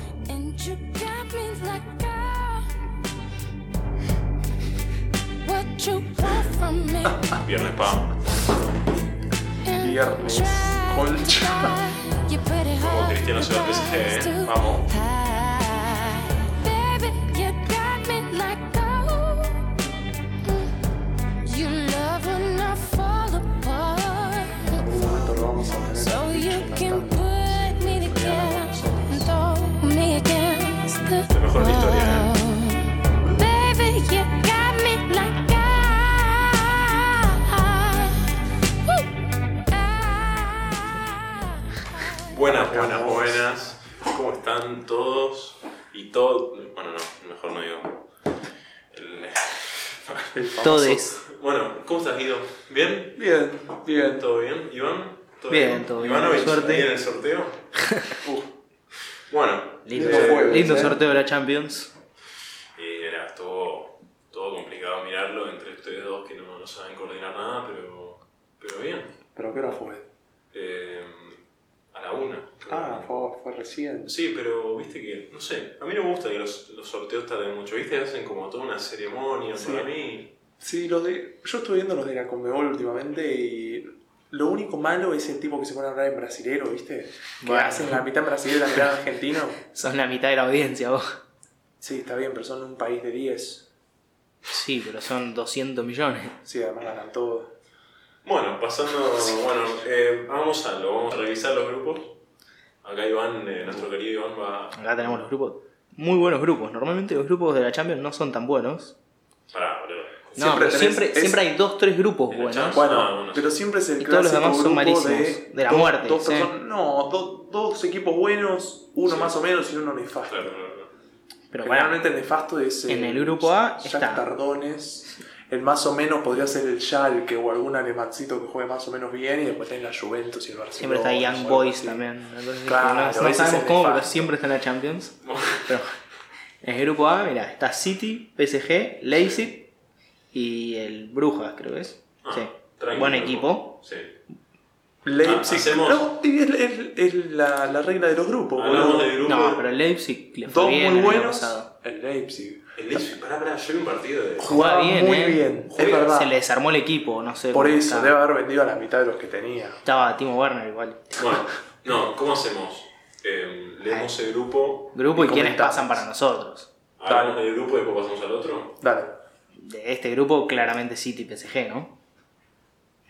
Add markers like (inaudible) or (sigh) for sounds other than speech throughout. You got me like I What you want from me Viernes Pam. and Viernes, try colcha. to buy your pretty Como heart Cristiano se va al with PSG, eyes ¿eh? too Vamos. high. Baby, you got me like gold. Mm. You love when I fall apart. algún momento lo vamos a tener. So you can Jonathan. put me together and throw me against the Lo mejor de la historia, ¿eh? wall. Baby, you got me like I- ah. Woo! I- Buenas, buenas, buenas. ¿Cómo están todos? Y todo. Bueno, no, mejor no digo. El, el famoso- Todes. Bueno, ¿cómo estás, Guido? ¿Bien? Bien, bien. ¿Todo bien? ¿Iván? ¿Todo Bien, todo bien, ¿Ivanovich? por suerte. ¿Ahí en el (laughs) sorteo? Uf. Bueno, Lindo, Lindo jueves, lindo eh. sorteo de la Champions. Y eh, era, estuvo todo complicado mirarlo entre ustedes dos que no, no saben coordinar nada, pero, pero bien. ¿Pero qué hora fue? Eh, a la una. creo. Ah, fue, fue recién. Sí, pero viste que, no sé, a mí no me gusta que los, los sorteos tarden mucho, viste, hacen como toda una ceremonia Sí. para mí. Sí, los de, yo estuve viendo los de la Conmebol últimamente y lo único malo es el tipo que se pone a hablar en brasilero, ¿viste? Que Bueno. hacen la mitad brasilero y la mitad argentino. Son la mitad de la audiencia, vos. Sí, está bien, pero son un país de 10. Sí, pero son 200 millones. Sí, además ganan todo. Bueno, pasando, bueno, eh, vamos a lo, vamos a revisar los grupos. Acá Iván, eh, nuestro querido Iván va... Uh. Acá tenemos los grupos. Muy buenos grupos. Normalmente los grupos de la Champions no son tan buenos. Pará, boludo. No, Siempre pero tenés- siempre, es- siempre hay dos, tres En grupos la buenos. Champions. Bueno, Ah, bueno, pero siempre es el Y todos los clásico demás son grupo malísimos, de la muerte, Dos sí. personas- no, do- dos equipos buenos, uno Sí. más o menos y uno nefasto. Claro, claro, claro. Pero bueno, Generalmente el nefasto es. eh, En el grupo A Jack está. Tardones. El más o menos podría ser el Schalke o algún alemancito que juegue más o menos bien. Y después tenés la Juventus y el Barcelona. siempre está Young o algo Boys así. también. Entonces, Claro, no- ese no, es sabemos el cómo, pero nefasto. siempre está en la Champions. Bueno, Pero en el grupo A, mira, está City, PSG, Leipzig y el Brujas, creo que es. ah, sí. tranqui, Buen grupo. equipo. Sí. Leipzig. Ah, hacemos- No, y es, es- es la, la regla de los grupos. Hablamos boludo. de grupo. Uh, No, pero el Leipzig le fue Dos bien muy el año buenos. pasado. El Leipzig. El Leipzig, pará, pará, yo vi un partido de. Jugaba bien, muy eh. bien. Es Juega- verdad. Se le desarmó el equipo, no sé. Por cómo eso, estaba. debe haber vendido a la mitad de los que tenía. Estaba Timo Werner igual. Bueno, no, ¿cómo hacemos? Eh, leemos el grupo, Grupo y, Y quienes comentamos. pasan para nosotros. hablamos del grupo y después pasamos al otro. Dale. De este grupo, claramente City y PSG, ¿no?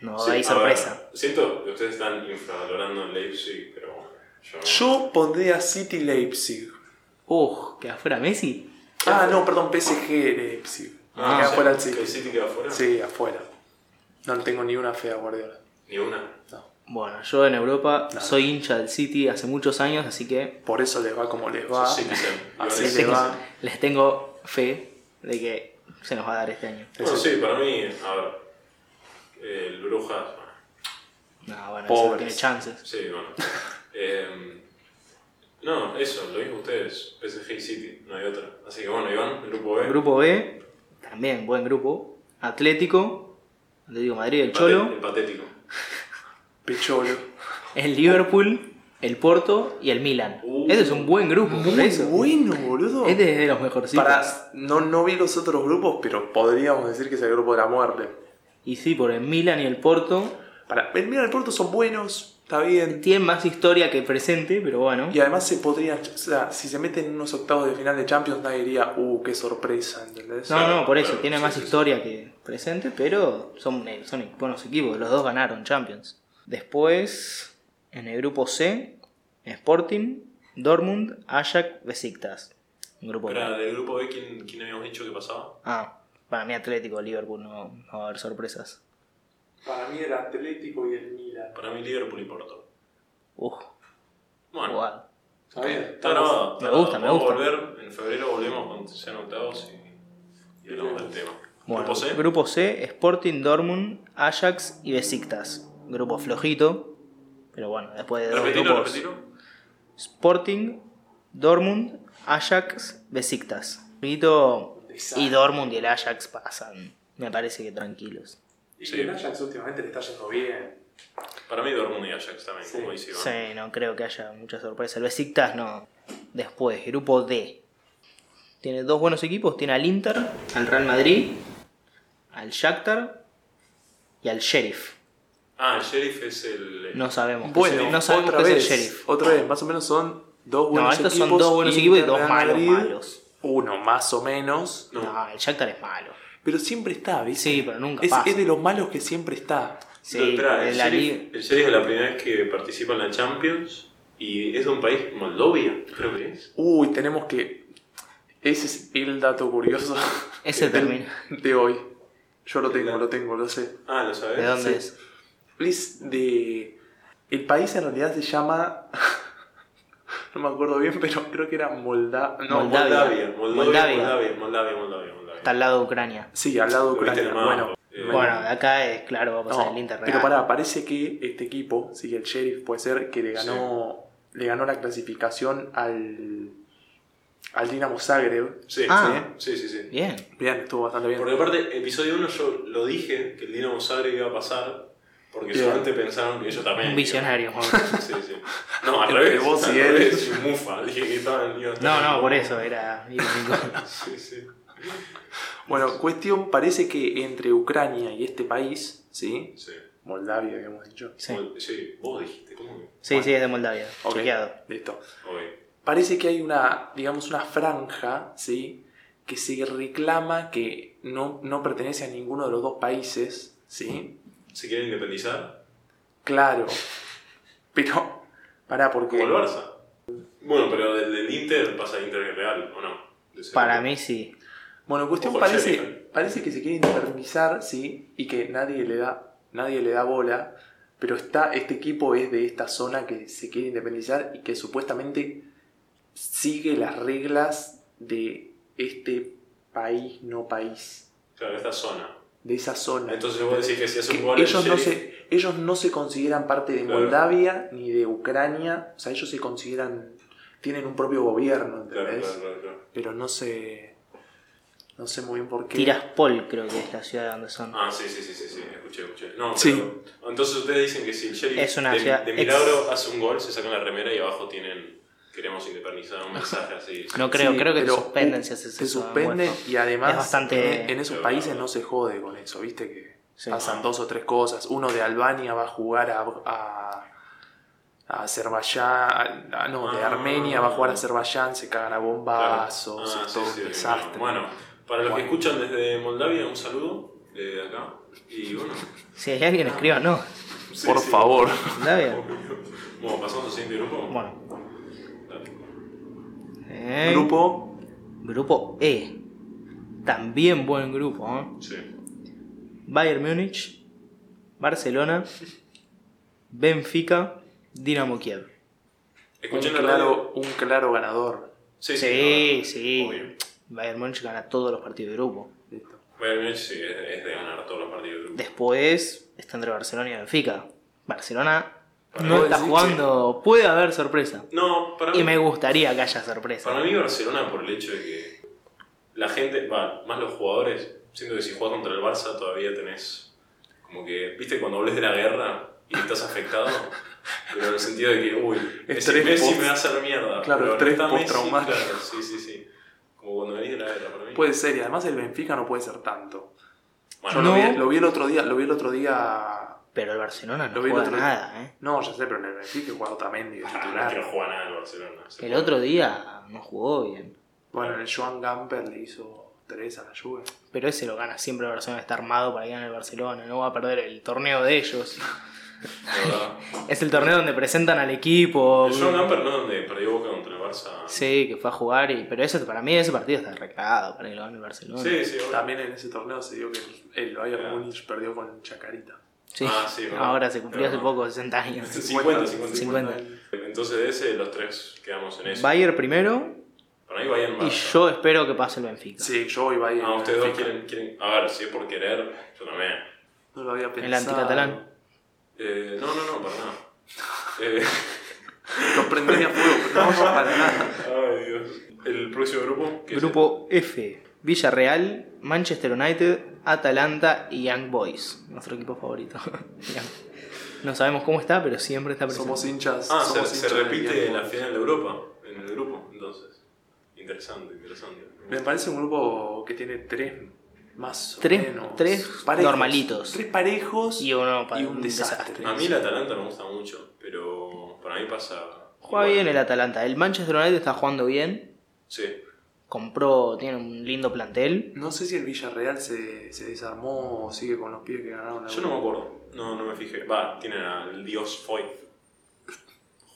No Sí, hay a sorpresa. ver, siento que ustedes están infravalorando el Leipzig, pero bueno, yo. Yo pondría City Leipzig. Uf, que afuera Messi. Ah, no, perdón, PSG Leipzig. Ah, queda o sea, fuera el que City. el City queda fuera? Sí, afuera. No le tengo ni una fe a Guardiola. Ni una. No. Bueno, yo en Europa soy hincha del City hace muchos años, así que Por eso les va como les va. Sí, sí, sí. Igual Así le es- tengo- va. les tengo fe de que se nos va a dar este año. Bueno, sí, para mí, a ver. El Brujas, bueno, No, bueno, eso no Pobres. tiene chances. Sí, bueno. Em, no, eso, lo mismo ustedes. PSG y City, no hay otra. Así que bueno, Iván, grupo B. Grupo B, también buen grupo. Atlético, Atlético Madrid, el Pate- Cholo, El patético. Pecholo. el Liverpool, el Porto y el Milan. Uh, Ese es un buen grupo, por Muy eso. bueno, boludo. Este es de los mejorcitos. Para, no, no vi los otros grupos, pero podríamos decir que es el grupo de la muerte. Y sí, por el Milan y el Porto. Para, el Milan y el Porto son buenos, está bien. Tienen más historia que presente, pero bueno. Y además se podrían, o sea, si se meten en unos octavos de final de Champions, nadie diría, uh, qué sorpresa, ¿entendés? No, no, por eso, Claro, tiene sí, más sí, sí. historia que presente, pero son, eh, son buenos equipos, los dos ganaron Champions. Después, en el grupo C, Sporting, Dortmund, Ajax, Besiktas. Un grupo Espera, del grupo B, ¿quién, quién habíamos dicho que pasaba? Ah, para mí Atlético, Liverpool, no, no va a haber sorpresas. Para mí el Atlético y el Milan. Para mí, Liverpool y Porto. Uf, Bueno, jugado. Está bien. está grabado. está Me gusta, grabado. me Vamos a volver, en febrero volvemos cuando sean octavos y, y hablamos del tema. Bueno, grupo C. grupo C, Sporting, Dortmund, Ajax y Besiktas. Grupo flojito, pero bueno, después de dos Repetilo, grupos... repetilo. Sporting, Dortmund, Ajax, Besiktas. Guito y Dortmund y el Ajax pasan, me parece que tranquilos. Y Sí. el Ajax últimamente le está yendo bien. Para mí, Dortmund y Ajax también, como dice Iván. Sí, no creo que haya mucha sorpresa. El Besiktas no, Después, grupo D. Tiene dos buenos equipos. Tiene al Inter, al Real Madrid, al Shakhtar y al Sheriff. Ah, el sheriff es el. No sabemos. qué Bueno, es- no sabemos otra qué vez, es el Sheriff. otra vez, más o menos son dos buenos estos son equipos. dos buenos equipos y dos Real malos, Madrid, malos. Uno más o menos, No. No, el Shakhtar es malo. pero siempre está, ¿viste? Sí, pero nunca es, pasa. es de los malos que siempre está. Sí, Pero espera, de el, la sheriff, Liga- el Sheriff es la primera vez que participa en la Champions y es de un país, Moldovia, creo que es. Uy, tenemos que... Ese es el dato curioso Ese del- ¿Eh? termina. (laughs) de hoy. Yo lo tengo, Claro. lo tengo, lo sé. Ah, ¿lo sabes? ¿De dónde sí. es? Es de... El país en realidad se llama... (laughs) no me acuerdo bien, pero creo que era Molda... No, Moldavia. Moldavia, Moldavia, Moldavia. Moldavia, Moldavia, Moldavia, Moldavia. Está al lado de Ucrania. Sí, al lado de Lo viste en Ucrania. el Bueno, mapa. Eh, Bueno, de acá es claro, va a pasar No, el Inter Real. Pero pará, parece que este equipo, sí, el Sheriff puede ser, que le ganó, le ganó la clasificación al, al Dinamo Zagreb. Sí, Ah. sí, sí, sí. Bien. Bien, estuvo bastante bien. Porque aparte, episodio 1 yo lo dije que el Dinamo Zagreb iba a pasar porque Bien. seguramente pensaron que ellos también. Un iban. visionario, Juan. (laughs) Sí, sí. No, al Entre revés. vos al y él. revés, y Mufa, dije que estaban. iban a estar No, ahí. no, por eso era (laughs) irónico. Sí, sí. Bueno, cuestión, parece que entre Ucrania y este país, ¿sí? Sí. Moldavia, habíamos dicho. Sí, Mol- sí, vos dijiste, ¿cómo que? sí, sí, es de Moldavia. Ok, Chequeado. listo. Ok. Parece que hay una, digamos, una franja, ¿sí? Que se reclama que no, no pertenece a ninguno de los dos países, ¿sí? ¿Se quieren independizar? (laughs) Claro. Pero, pará, porque... Como el Barça. Bueno, pero del, del Inter pasa a Inter Real, ¿o no? De seguro. Para mí sí. Bueno, cuestión Ojo, parece, Sheriff. parece que se quiere independizar, sí, y que nadie le da, nadie le da bola, pero está, este equipo es de esta zona que se quiere independizar y que supuestamente sigue las reglas de este país, no país, Claro, esta zona. de esa zona. Entonces vos decís que si hace Que un gol el ellos, no Sheriff- se, ellos no se consideran parte de Claro. Moldavia ni de Ucrania, o sea, ellos se consideran, tienen un propio gobierno, Claro, ¿entendés? claro, claro, claro. Pero no sé, no sé muy bien por qué. Tiraspol creo que es la ciudad donde son. Ah, sí, sí, sí, sí, sí, escuché, escuché. No, Sí. pero- entonces ustedes dicen que si el sheriff Es una de, ciudad de ex- milagro hace un gol, se sacan la remera y abajo tienen queremos independizar un mensaje así. (laughs) No creo, Sí, creo que te pero suspenden u- si haces te eso. suspenden Adolfo. y además Es bastante- en, en esos países no se jode con eso, viste que Sí. pasan dos o tres cosas. Uno de Albania va a jugar a, a, a Azerbaiyán, a- no, de Ah. Armenia va a jugar a Azerbaiyán, se cagan a Claro. bombazos, Ah, es sí, todo sí, un bueno. desastre. Bueno, para los que Bueno. escuchan desde Moldavia, un saludo de acá. Y bueno, Si hay alguien escriba, no. sí, Por sí. favor. Moldavia. Bueno, pasamos al siguiente grupo. Bueno. Dale. Eh, Grupo, Grupo E. También buen grupo. ¿eh? Sí. Bayern Múnich, Barcelona, Benfica, Dinamo Kiev. un Escuchen la radio. claro, un claro ganador. Sí, Sí, sí. sí. Obvio. Bayern Múnich gana todos los partidos de grupo. Listo. Bayern Múnich sí, es, es de ganar todos los partidos. del grupo. Después está entre Barcelona y Benfica. Barcelona Para no vos está decís, jugando. Puede haber sorpresa. No, para Y mí me gustaría que haya sorpresa. Para mí Barcelona por el hecho de que la gente, va, más los jugadores, siento que si jugás contra el Barça todavía tenés como que, viste, cuando hables de la guerra y estás (laughs) afectado, pero en el sentido de que, uy, Estrés ese Messi post- me va a hacer mierda. Claro, pero estrés no está Messi, postraumático. Claro, sí, sí, sí. Como cuando venís de la guerra para mí. Puede ser, y además el Benfica no puede ser tanto. Yo bueno, No. lo, vi, lo vi el otro día, lo vi el otro día Pero el Barcelona no Lo vi el juega otro día. nada, ¿eh? No, ya sé, pero en el Benfica jugaba Otamendi de ah, no quiero titular. jugar nada en Barcelona. Se El puede. otro día no jugó bien. Bueno, el Joan Gamper le hizo tres a la Juve. Pero ese lo gana siempre el Barcelona. Está armado para que gane el Barcelona. No va a perder el torneo de ellos. (laughs) La verdad. Es el torneo donde presentan al equipo. El Joan Gamper, ¿no? Donde perdió Boca contra el Barça. Sí, que fue a jugar. Y... Pero eso, para mí ese partido está recagado para que lo gane el Barcelona. sí, sí, obvio. También en ese torneo se dio que el Bayern Claro. Múnich perdió con Chacarita. Sí. Ah, sí, verdad. Ahora se cumplió hace Verdad. poco 60 años. 50, 50, 50. Entonces de ese, los tres quedamos en eso. Bayern primero Para mí Bayern y Barça. yo espero que pase el Benfica. Sí, yo voy Bayern. Ah, ustedes dos quieren, quieren. A ver, si es por querer, yo también. No lo había pensado. El anticatalán. Eh, no, no, no, para (laughs) nada. Eh, Los prendería a fuego, pero no, no para nada. ay, Dios. El próximo grupo. ¿qué es Grupo F. Villarreal, Manchester United, Atalanta y Young Boys. Nuestro equipo favorito. (laughs) Young. no sabemos cómo (laughs) está, pero siempre está presente. Somos hinchas. el? Ah, se, somos se hinchas del repite Bayern la Múnich. final de Europa en el grupo. Interesante, interesante. Me parece un grupo que tiene tres más o Tres- menos tres normalitos. Tres parejos Y uno para y un desastre. A mí el Atalanta me gusta mucho, pero para mí pasa. Juega bien el Atalanta. El Manchester United está jugando bien. Sí. Compró, tiene un lindo plantel. No sé si el Villarreal se, se desarmó o sigue con los pies que ganaron la Yo no me acuerdo. No, no me fijé. Va, tienen al dios Foy.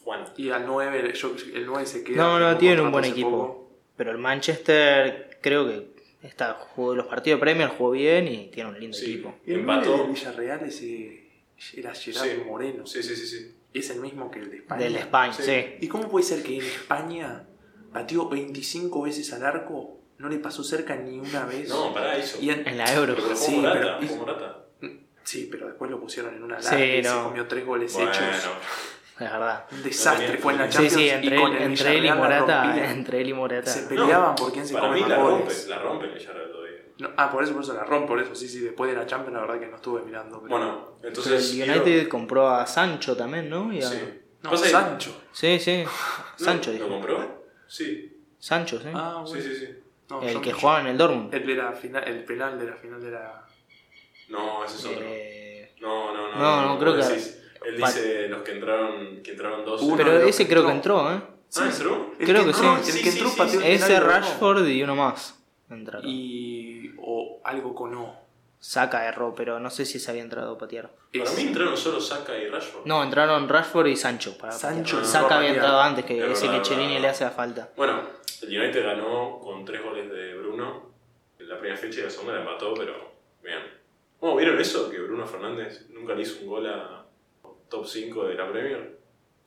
Juan. Y al 9, yo- el 9 se queda. No, no, como tienen un buen contrato hace poco. equipo. Pero el Manchester creo que está, jugó los partidos de Premier, jugó bien y tiene un lindo Sí. equipo. El Empató. nueve de Villarreal ese era Gerardo Sí. Moreno. Sí, sí, sí, sí. Es el mismo que el de España. Del España, Sí. sí. ¿Y cómo puede ser que en España batió 25 veces al arco? No le pasó cerca ni una vez. No, pará, hizo. Y en- En la Euro. Pero jugó Sí, Morata, pero- jugó Morata. Sí, pero después lo pusieron en una Sí, larga y se no. comió tres goles Bueno, hechos. Es verdad. Un desastre No tenía- fue en la Sí, Champions sí, y entre con él, el entre él y Villarreal la Morata. rompían. Entre él y Morata. Se peleaban por quién se para come mí más la rompe, goles. la rompe el Villarreal todavía. No, ah, por eso, por eso la rompo, por eso, sí, sí, después de la Champions la verdad que no estuve mirando. pero- Bueno, Pero entonces. el United compró a Sancho también, ¿no? Y a- Sí. no, Pasa que- Sancho. sí. sí. (laughs) Sancho, ¿Lo dijo. compró? Sí. Sancho, sí. Ah, Sí, bueno. sí, sí. No, yo- el que jugaba en el Dortmund. El, de la final, el penal de la final de la... No, ese es otro. Eh, No, no, no. No, no, creo vos que- decís. Él dice los que entraron, que entraron dos. Uno pero de los ese que creo que entró. entró, ¿eh? Ah, ¿entró? El Creo que entró- sí. El Sí, que sí, entró sí, pateó sí. el penal y Ese lo erró. Rashford y uno más entraron. Y... o algo con O. Saca erró, pero no sé si se había entrado a patear. Para Es- mí entraron solo Saka y Rashford. No, entraron Rashford y Sancho. Para Sancho patear. entró Saka a había patear. entrado antes, que Es dice que verdad, Chelini verdad. le hace la falta. Bueno, el United ganó con tres goles de Bruno. En La primera fecha y la segunda la empató, pero bien. Bueno, ¿vieron eso? Que Bruno Fernández nunca le hizo un gol a top 5 de la Premier.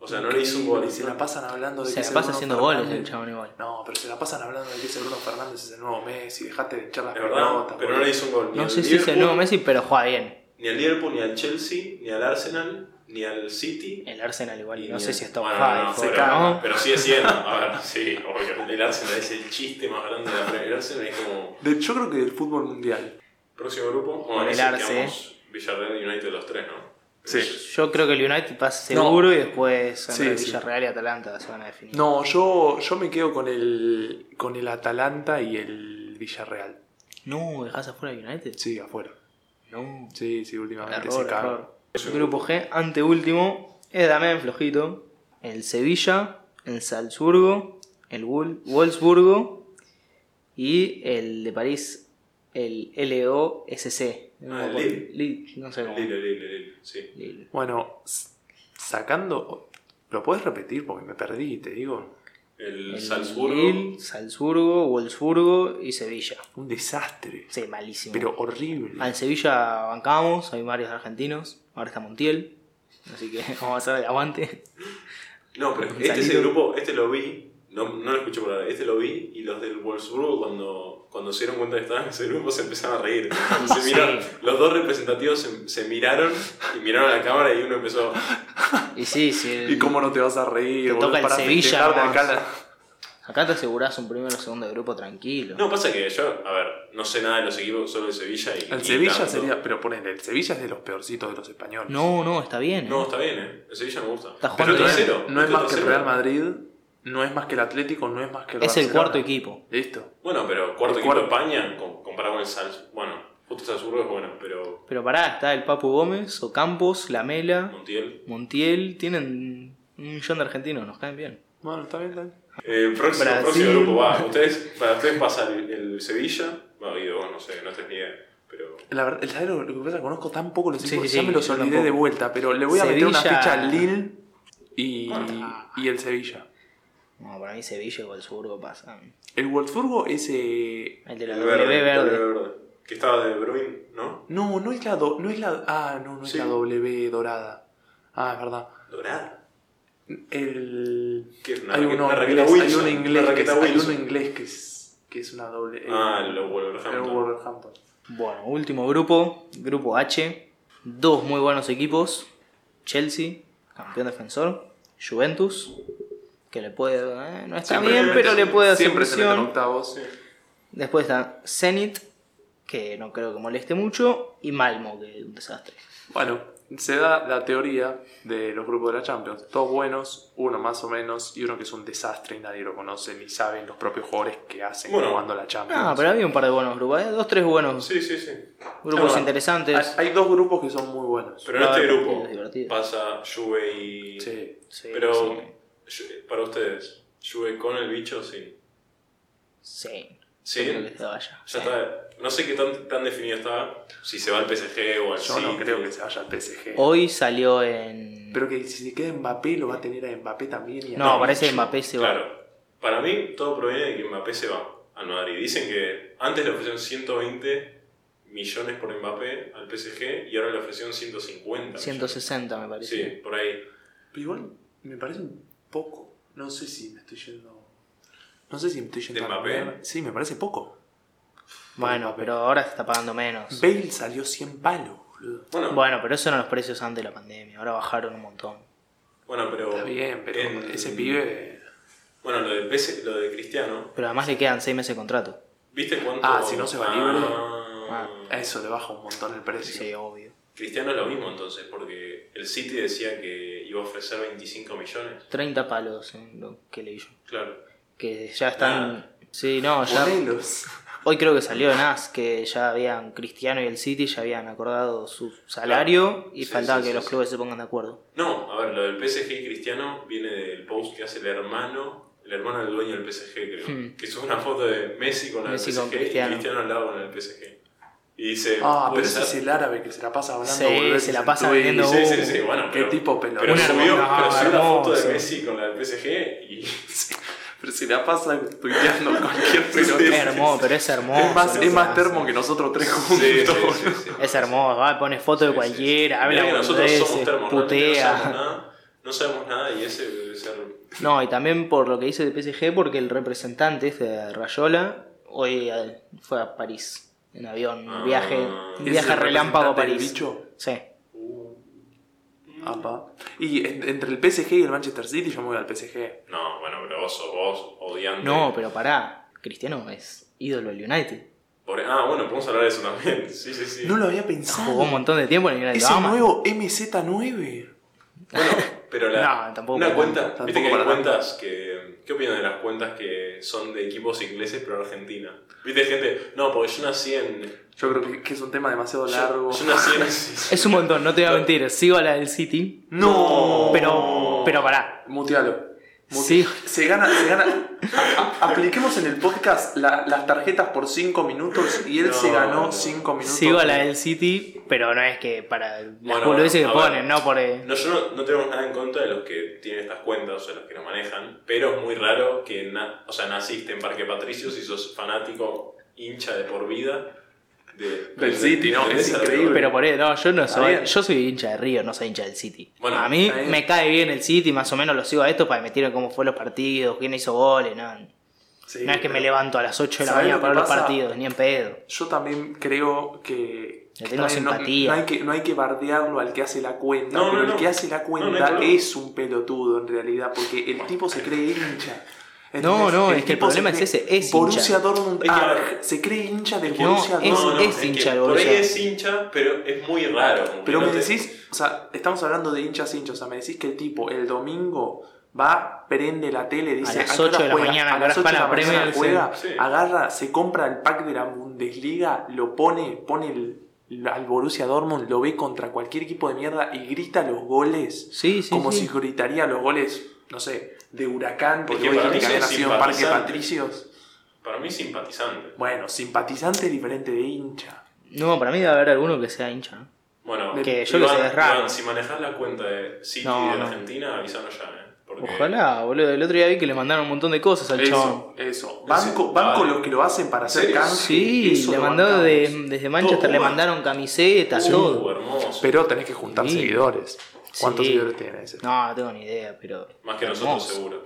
O sea, no le hizo un gol. Y se la pasan hablando de Se que la ese pasa Bruno haciendo Fernández- goles el chabón igual. No, pero se la pasan hablando de que ese Bruno Fernández es el nuevo Messi, dejate de echar las Es verdad, pelotas. pero no boludo. le hizo un gol. Ni No al sé si es el Liverpool, nuevo Messi, pero juega bien. Ni al Liverpool, ni al Chelsea, ni al Arsenal, ni al City. El Arsenal igual, Y no ni sé el- si está Bueno, bajado, no, no, hijo, pero, pero no. pero sigue siendo. A ver, sí, obvio. El Arsenal es el chiste más grande de la Premier. El Arsenal es como. De- yo creo que del fútbol mundial. Próximo grupo. Bueno, El ese Arce. quedamos Villarreal y United los tres, ¿no? Sí. Yo creo que el United pasa No. seguro y después Sí, entre sí. Villarreal y Atalanta se van a definir. No, yo, yo me quedo con el, con el Atalanta y el Villarreal. No, dejás afuera al United. Sí, afuera. No. Sí, sí, últimamente Error, se cagan. error. Grupo G, anteúltimo, es también flojito. El Sevilla, el Salzburgo, el Wol- Wolfsburgo y el de París, el LOSC. Ah, el Lille. Lille, No sé cómo. Lille, Lille, Lille, sí. Lille. Bueno, s- sacando. ¿Lo puedes repetir? Porque me perdí, te digo. El, El Salzburgo. Lille, Salzburgo, Wolfsburgo y Sevilla. Un desastre. Sí, malísimo. Pero horrible. Al Sevilla bancamos, hay varios argentinos, ahora está Montiel, así que (laughs) vamos a hacer el aguante. No, pero Un este es salito. el grupo, este lo vi, no, no lo escuché por ahora, este lo vi y los del Wolfsburgo cuando, cuando se dieron cuenta que estaban en ese grupo se empezaron a (laughs) reír. Se Sí. miraron, Los dos representativos se, se miraron y miraron a la cámara y uno empezó, Y sí, sí. el- ¿Y cómo no te vas a reír? Te boludo? toca el Para Sevilla festejar de nomás. acá la- Acá te asegurás un primero o segundo de grupo tranquilo. No, pasa que yo, a ver, no sé nada de los equipos, solo de Sevilla y. El y Sevilla tanto. sería. Pero ponele, el Sevilla es de los peorcitos de los españoles. no, no, está bien. ¿eh? No, está bien, ¿eh? El Sevilla me gusta. Está Pero jugando el no, es, tercero. no es el más que el tercero. Real Madrid, no es más que el Atlético, no es más que el es el Barcelona. cuarto equipo. Listo. Bueno, pero cuarto El equipo de cuarto. España com- comparado con el Salzburgo. Bueno, justo el Salzburgo es bueno, pero Pero pará, está el Papu Gómez, Ocampos, Lamela, Montiel. Montiel, tienen un millón de argentinos, nos caen bien. Bueno, está bien, está bien. Eh, próximo, Brasil. próximo grupo va. Ustedes, para ustedes pasa el, el Sevilla. Va, Guido, vos no sé, no tenés ni idea. Pero. La verdad, el- ¿sabes lo lo que pasa? Conozco tan poco los Sí, equipos, sí, ya sí, me los yo olvidé tampoco. de vuelta, pero le voy a meter una Sevilla. Ah. ficha al Lille y, y el Sevilla. No, para mí Sevilla y Wolfsburgo pasan. El Wolfsburgo es... eh, El de la el W verde. el Que estaba de Bruin, ¿no? No, no es la... do- no es la ah, no, no es Sí. la W dorada. Ah, es verdad. Dorada. El... ¿Qué es? Una hay, raque- uno una raqueta inglés, hay Wilson. uno inglés, Una que es, raqueta hay uno Wilson. inglés que es, que es una doble... Ah, el el Wolverhampton. Wolverhampton. Bueno, último grupo, grupo H. Dos muy buenos equipos. Chelsea, campeón defensor. Juventus, que le puede... eh, no está Siempre bien, le pero meten- le puede hacer Siempre se meten presión. octavos. Sí. Después está Zenit, que no creo que moleste mucho. Y Malmo, que es un desastre. Bueno, se da la teoría de los grupos de la Champions. Todos buenos, uno más o menos, y uno que es un desastre y nadie lo conoce ni saben los propios jugadores que hacen Bueno. jugando la Champions. Ah, pero había un par de buenos grupos, ¿eh? dos, tres buenos Sí, sí, sí. grupos Ah, hay, interesantes. hay dos grupos que son muy buenos. Pero en este divertido, grupo divertido. pasa Juve y. Sí. Sí, Pero sí, Ju- para ustedes, Juve con el bicho, sí. sí. Sí. Yo creo que se vaya. Ya está. No sé qué tan, tan definido está. Si se va al PSG o al Yo City. no creo que se vaya al PSG. Hoy salió en. Pero que si se queda Mbappé, lo va a tener a Mbappé también. Y a- No, parece que Mbappé se va. Claro. Para mí, todo proviene de que Mbappé se va al Madrid. Dicen que antes le ofrecieron 120 millones por Mbappé al PSG y ahora le ofrecieron 150. millones. 160 me parece. Sí, por ahí. Pero igual me parece un poco. No sé si me estoy yendo. No sé si me estoy yendo. ¿De a la Mbappé? mierda. Sí, me parece poco. Bueno, pero ahora se está pagando menos. Bale salió 100 palos, boludo. Bueno, bueno. Bueno, pero eso eran los precios antes de la pandemia. Ahora bajaron un montón. pero. Está bien, pero en- ese pibe. Bueno, lo de, PSG lo de Cristiano. Pero además le quedan 6 meses de contrato. ¿Viste cuánto.? Ah, si no se va libre. Ah. A eso le baja un montón el precio. Sí, obvio. Cristiano es lo mismo entonces, porque el City decía que iba a ofrecer 25 millones. 30 palos en lo que leí yo. Claro. Que ya están. Nada. Sí, no, ya. Morelos. Hoy creo que salió en AS que ya habían Cristiano y el City ya habían acordado su salario y Sí, faltaba sí, que sí, los sí. clubes se pongan de acuerdo. No, a ver, lo del PSG y Cristiano viene del post que hace el hermano, el hermano del dueño del PSG, creo. Hmm. Que sube una foto de Messi con el Messi PSG con Cristiano. y Cristiano al lado con el PSG. Y dice, Ah, puede pero ese es ser. el árabe que se la pasa hablando. Sí, boludeces se la en pasa Twitter. vendiendo Sí, sí, sí, bueno, Qué pero- tipo pelotón. Pero Un subió, hermoso, pero subió la foto de hermoso. Messi con la del PSG y (laughs) Pero se la pasa (laughs) tuiteando cualquier pelotón. Es hermoso, pero es hermoso. Es más, lo es más hace. termo que nosotros tres Sí, juntos. sí, (laughs) sí, sí. Es hermoso, va, pone foto de Sí, sí, sí. cualquiera, Mirá habla que nosotros boludeces, somos termos, realmente no sabemos putea. nada, no sabemos nada y ese debe ser No, y también por lo que dice de PSG, porque el representante este de Rayola hoy eh, fue a París en avión, un viaje, Ah. un ¿Es viaje el relámpago a representante del París. bicho? Sí. Apa. Y en- entre el PSG y el Manchester City, yo me voy al PSG. No, bueno, pero vos sos vos odiando. No, pero pará, Cristiano es ídolo del United. Por- Ah, bueno, podemos hablar de eso también. (laughs) Sí, sí, sí. No lo había pensado. Jugó un montón de tiempo en el United. Es lo el aman. nuevo MZ9. Bueno, pero la. No, tampoco Una para cuenta. tanto, Viste que tampoco hay para tanto. cuentas que. ¿Qué opinan de las cuentas que son de equipos ingleses pero Argentina? Viste gente. No, porque yo nací en. Yo creo que, que es un tema demasiado Yo, largo. yo nací (laughs) en. sí, sí. Es un montón, no te voy a mentir. Sigo a la del City, No. pero, pero pará. Mutealo. Muti- Sí. Se gana, se gana. A- a- apliquemos en el podcast la- las tarjetas por 5 minutos y él No. se ganó 5 minutos. Sigo a la del City, pero no es que para las Bueno, boludeces que a ver. ponen, no por. eh, No, yo no, no tenemos nada en contra de los que tienen estas cuentas, o sea, los que nos manejan, pero es muy raro que na- o sea, naciste en Parque Patricios y sos fanático, hincha de por vida de, Del City, no, ¿entendés? es increíble. Pero por eso, no, yo no Está soy. bien. Yo soy hincha de Río, no soy hincha del City. Bueno, a mí está bien. me cae bien el City, más o menos lo sigo a esto para que me tiren cómo fue los partidos, quién hizo goles, no. Sí, no es que me pero levanto a las 8 de la ¿sabés mañana lo que para ver los pasa? partidos, ni en pedo. Yo también creo que. Le que tengo también no- simpatía. No, hay que, no hay que bardearlo al que hace la cuenta, No, no, pero el no. que hace la cuenta No, no hay problema. es un pelotudo en realidad, porque el tipo se cree hincha. No, no, es que el tipo se problema es cree- ese, es Borussia hincha. Dortmund. Es que, a ah, ver, se cree hincha del que no, Borussia es- Dortmund. No, no, es, hincha que el por ahí Borussia. es hincha, pero es muy raro. como que Pero no me te- decís, o sea, estamos hablando de hinchas hinchas, o sea, me decís que el tipo el domingo va, prende la tele, dice las qué hora 8 de la juega? mañana, a las 8 de la para la mañana Premier, juega, sí. Sí. agarra, se compra el pack de la Bundesliga, lo pone, pone el, la- al Borussia Dortmund, lo ve contra cualquier equipo de mierda y grita los goles, Sí, sí. como sí. si gritaría los goles, no sé, de Huracán, porque que vos para dijiste que mí había son nacido en Parque simpatizantes. Patricios. Para mí es simpatizante. Bueno, simpatizante diferente de hincha. No, para mí debe haber alguno que sea hincha. ¿no? Bueno, Que yo que sé, es raro. Iván, si manejás la cuenta de City No, de no. Argentina, avisanos ya, ¿eh? Porque- Ojalá, boludo. El otro día vi que le mandaron un montón de cosas al Eso, chabón. eso. Banco, Sí, banco vale. los que lo hacen para hacer ¿En serio? canje. Sí, eso le lo mandó de- bancamos. desde Manchester, le Todo. mandaron camisetas, Uh, todo. hermoso. Pero tenés que juntar Sí. seguidores. ¿Cuántos Sí. seguidores tienes? No, no tengo ni idea, pero. Más que hermoso. nosotros, (laughs) seguro.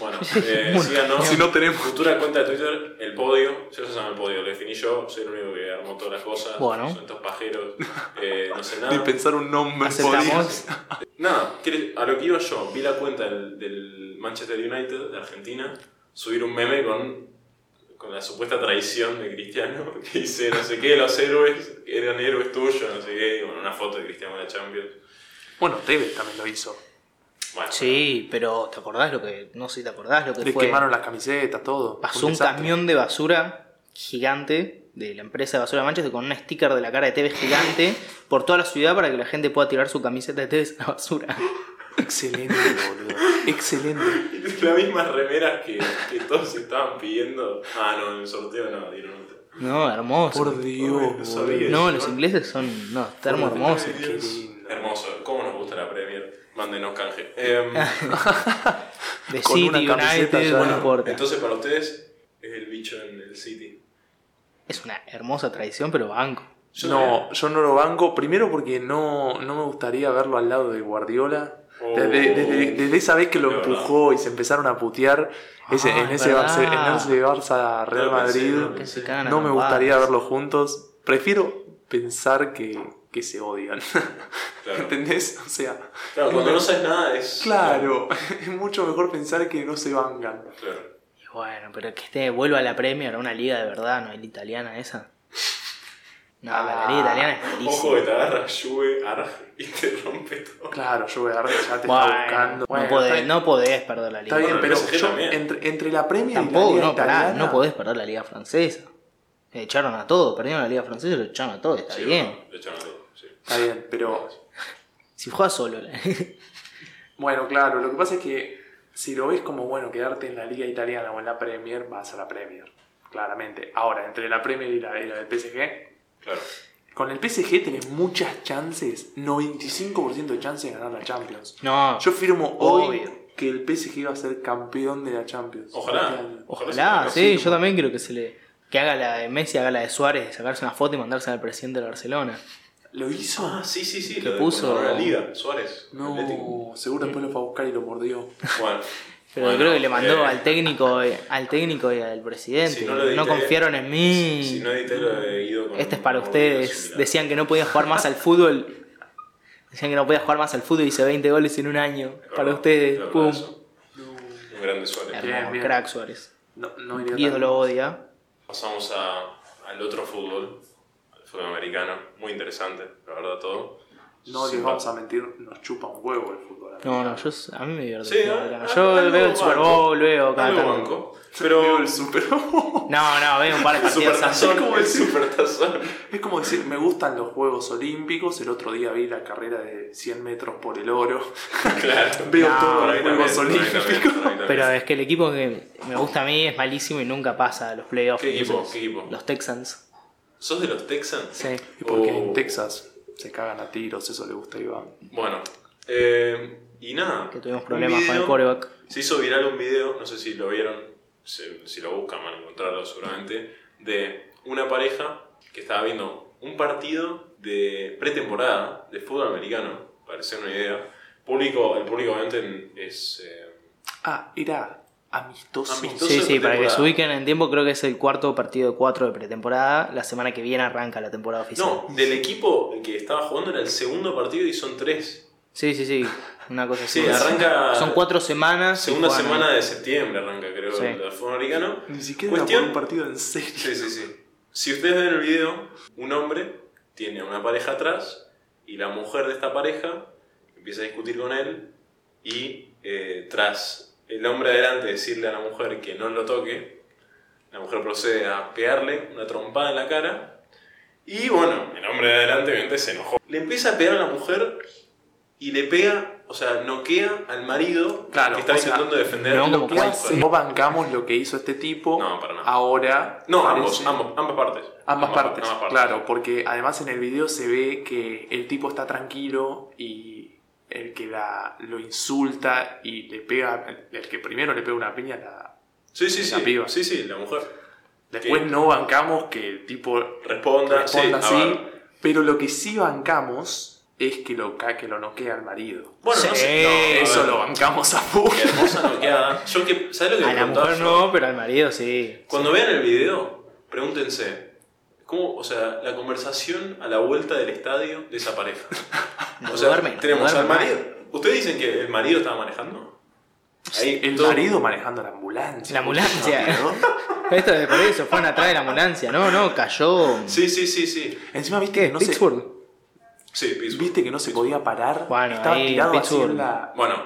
Bueno, eh, síganos. Si no tenemos- Futura cuenta de Twitter, el podio. Yo se llama el podio, lo definí yo. Soy el único que armó todas las cosas. Bueno. Son estos pajeros. eh, no (laughs) sé Ni nada. pensar un nombre. Aceptamos. Nada, que- a lo que iba yo, vi la cuenta del, del Manchester United de Argentina subir un meme con con la supuesta traición de Cristiano, (laughs) que dice no sé qué, los héroes eran héroes tuyos, no sé qué, y bueno, una foto de Cristiano en la Champions. Bueno, Tevez también lo hizo. Bueno, Sí, pero ¿te acordás lo que.? No sé si te acordás lo que Le fue. quemaron las camisetas, todo. Pasó un desastre. camión de basura gigante de la empresa de basura de Manchester con un sticker de la cara de Tevez gigante por toda la ciudad para que la gente pueda tirar su camiseta de Tevez a la basura. Excelente, boludo. Excelente. (laughs) Las mismas remeras que, que todos estaban pidiendo. Ah, no, en el sorteo no, dieron otra. No, hermoso. Por Dios, Eso boludo. bien. No, los ingleses son. No, termo Por hermoso. Dios. Qué lindo. Hermoso, ¿cómo nos gusta la Premier? Mándenos canje. (laughs) Em, De Con City, una camiseta United, ya. no importa. entonces, para ustedes, es el bicho en el City. Es una hermosa tradición, pero banco. Yo no, yo no lo banco. Primero porque no, no me gustaría verlo al lado de Guardiola. Oh. Desde, desde- desde esa vez que lo De verdad. empujó y se empezaron a putear ese- Ah, en, es ese verdad. Barce- en ese Barça Real No lo pensé, Madrid, no lo Que se Sí. cagan a no me trompadas. gustaría verlos juntos. Prefiero pensar que, que se odian. Claro. (laughs) ¿Entendés? O sea, Claro, cuando no sabes nada es. claro, (laughs) es mucho mejor pensar que no se bancan. Claro. Y bueno, pero que este vuelva a la Premier, a una liga de verdad, no es la italiana esa. No, la liga italiana es Ojo que malísima. te agarra Juve, Arge y te rompe todo. Claro, yo voy a ya te Bueno, está buscando. Bueno, no, podés, está bien. no podés perder la liga. Está bien, Bueno, el pero PSG yo también. entre, entre la Premier y Tampoco, la Liga no, pará, Italiana, no podés perder la liga francesa. Eh, Echaron a todos, perdieron la liga francesa, lo echaron a todos, está Sí, bien. bueno, le echaron todo, sí. Está bien, pero Si juega solo, la- (laughs) bueno, claro, lo que pasa es que si lo ves como bueno quedarte en la Liga Italiana o en la Premier, vas a la Premier, claramente. Ahora, entre la Premier y la, y la del PSG, Claro. con el PSG tenés muchas chances, 95% de chances de ganar la Champions. no, Yo firmo hoy Obvio. que el PSG va a ser campeón de la Champions. Este Ojalá. año. ojalá, sea sí, así, yo también creo que se le que haga la de Messi, haga la de Suárez, de sacarse una foto y mandarse al presidente de Barcelona. ¿Lo hizo? Ah, sí, sí, sí. Que Lo de puso- contra la Liga, Suárez. Atlético. No, seguro después lo fue a buscar y lo mordió. Bueno. Pero Bueno, creo que le mandó eh, al técnico, eh, al técnico y al presidente. si no no, lo edité- confiaron en mí. Si no edité lo he ido con. este es para con ustedes. Milan. Decían que no podía jugar más al fútbol. Decían que no podía jugar más al fútbol y hice 20 goles en un año. Es Para verdad, ustedes. es verdad Pum. eso. Un grande Suárez. Hermano, Bien, bien. crack Suárez. No, no iría Guido tan- lo odia. Pasamos a- al otro fútbol, al fútbol americano, muy interesante, la verdad, todo. No Sí, les vamos a mentir, nos chupa un huevo el fútbol. No, no, yo, a mí me divierte. Sí, el fútbol a- americano. a- yo algo veo el Super banco. Bowl, veo cada Algo tanto. banco, Pero pero el Super Bowl. No, no, veo un par (laughs) de el partidos. supertazón, como como el el supertazón. Es como decir, me gustan los Juegos Olímpicos. El otro día vi la carrera de 100 metros por (laughs) el oro. Claro. Veo No, todo por el ahí Juegos también, por ahí Olímpicos. también, por ahí también. Pero es que el equipo que me gusta a mí es malísimo y nunca pasa a los playoffs. ¿Qué equipo? Entonces, ¿Qué equipo? Los Texans. ¿Sos de los Texans? Sí. Y porque Oh. en Texas se cagan a tiros, eso le gusta a Iván. Bueno, eh, y nada. Que tuvimos un problemas con el video- coreback. Se hizo viral un video, no sé si lo vieron, si, si lo buscan van a encontrarlo seguramente, de una pareja que estaba viendo un partido de pretemporada de fútbol americano, para hacer una idea. Público, el público obviamente es... eh, Ah, era amistoso. Amistoso. Sí, Entonces, sí, para que pretemporada. se ubiquen en tiempo, creo que es el cuarto partido de cuatro de pretemporada. La semana que viene arranca la temporada oficial. no, del equipo que estaba jugando era el segundo partido y son tres. Sí, sí, sí. Una cosa así. Sí, arranca- Son cuatro semanas. y Segunda juegan semana ahí. de septiembre arranca, creo, Sí. el fútbol americano. Ni siquiera era por Cuestión, un partido en serio. Sí, sí, sí. Si ustedes ven el video, un hombre tiene una pareja atrás y la mujer de esta pareja empieza a discutir con él y eh, tras el hombre adelante decirle a la mujer que no lo toque, la mujer procede a pegarle una trompada en la cara y bueno, el hombre de adelante obviamente se enojó. Le empieza a pegar a la mujer y le pega, o sea, noquea al marido Claro, que estaba o sea, intentando defender no a la como ¿Qué cual- mujer. hace? No bancamos lo que hizo este tipo. No, para nada. Ahora. No, ambos, parece- ambos, ambas partes. Ambas partes, ambas claro, porque además en el video se ve que el tipo está tranquilo y el que la, lo insulta y le pega, el que primero le pega una piña, la- Sí, sí, La sí. piba. Sí, sí, la mujer. después Sí. no bancamos que el tipo Responda, responda sí, a así, ver. pero lo que sí bancamos es que lo, ca- que lo noquea al marido. Bueno, no Sí, sé. no, a Eso ver, lo bancamos a full. Qué hermosa noqueada. Yo que. ¿Sabes lo que A me la preguntaba mujer yo? no, pero al marido sí. Cuando vean el video, pregúntense. ¿Cómo, o sea, la conversación a la vuelta del estadio de esa pareja? No o sea, duermen, no tenemos al duermen. marido. ¿Ustedes dicen que el marido estaba manejando? Ahí El todo- marido manejando la ambulancia. La ambulancia. ¿no? Esto es por eso, fueron atrás de la ambulancia. No, no, cayó. Sí, sí, sí, sí. Encima, viste, ¿Qué? que no se- Pittsburgh. Sí, Pittsburgh. viste que no se podía parar. Bueno, Estaba ahí, tirado así Pittsburgh. en la. Bueno,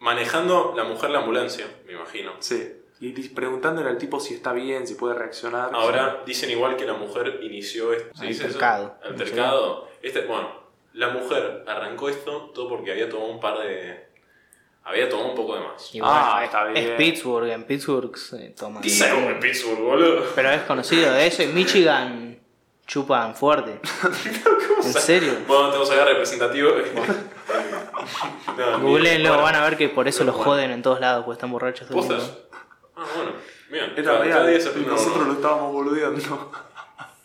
manejando la mujer la ambulancia, me imagino. Sí. Y di- preguntándole al tipo si está bien, si puede reaccionar. Ahora dicen igual que la mujer inició esto. ¿se dice eso? Altercado. Altercado. Este, bueno, la mujer arrancó esto todo porque había tomado un par de. Había tomado un poco de más. Y Ah, bueno, está es- bien. Es Pittsburgh, en Pittsburgh se toman. ¿Sabes cómo es Pittsburgh, boludo? Pero es conocido de eso. En Michigan chupan fuerte. ¿En serio? Bueno, no tenemos acá (laughs) representativo. No, ni- Googleenlo, bueno, van a ver que por eso Pero los bueno. joden en todos lados, porque están borrachos. todo el ¿Postas? mundo. Ah, bueno. Bien. Era cada- cada real. día se aprende uno, Nosotros ¿no? lo estábamos boludeando.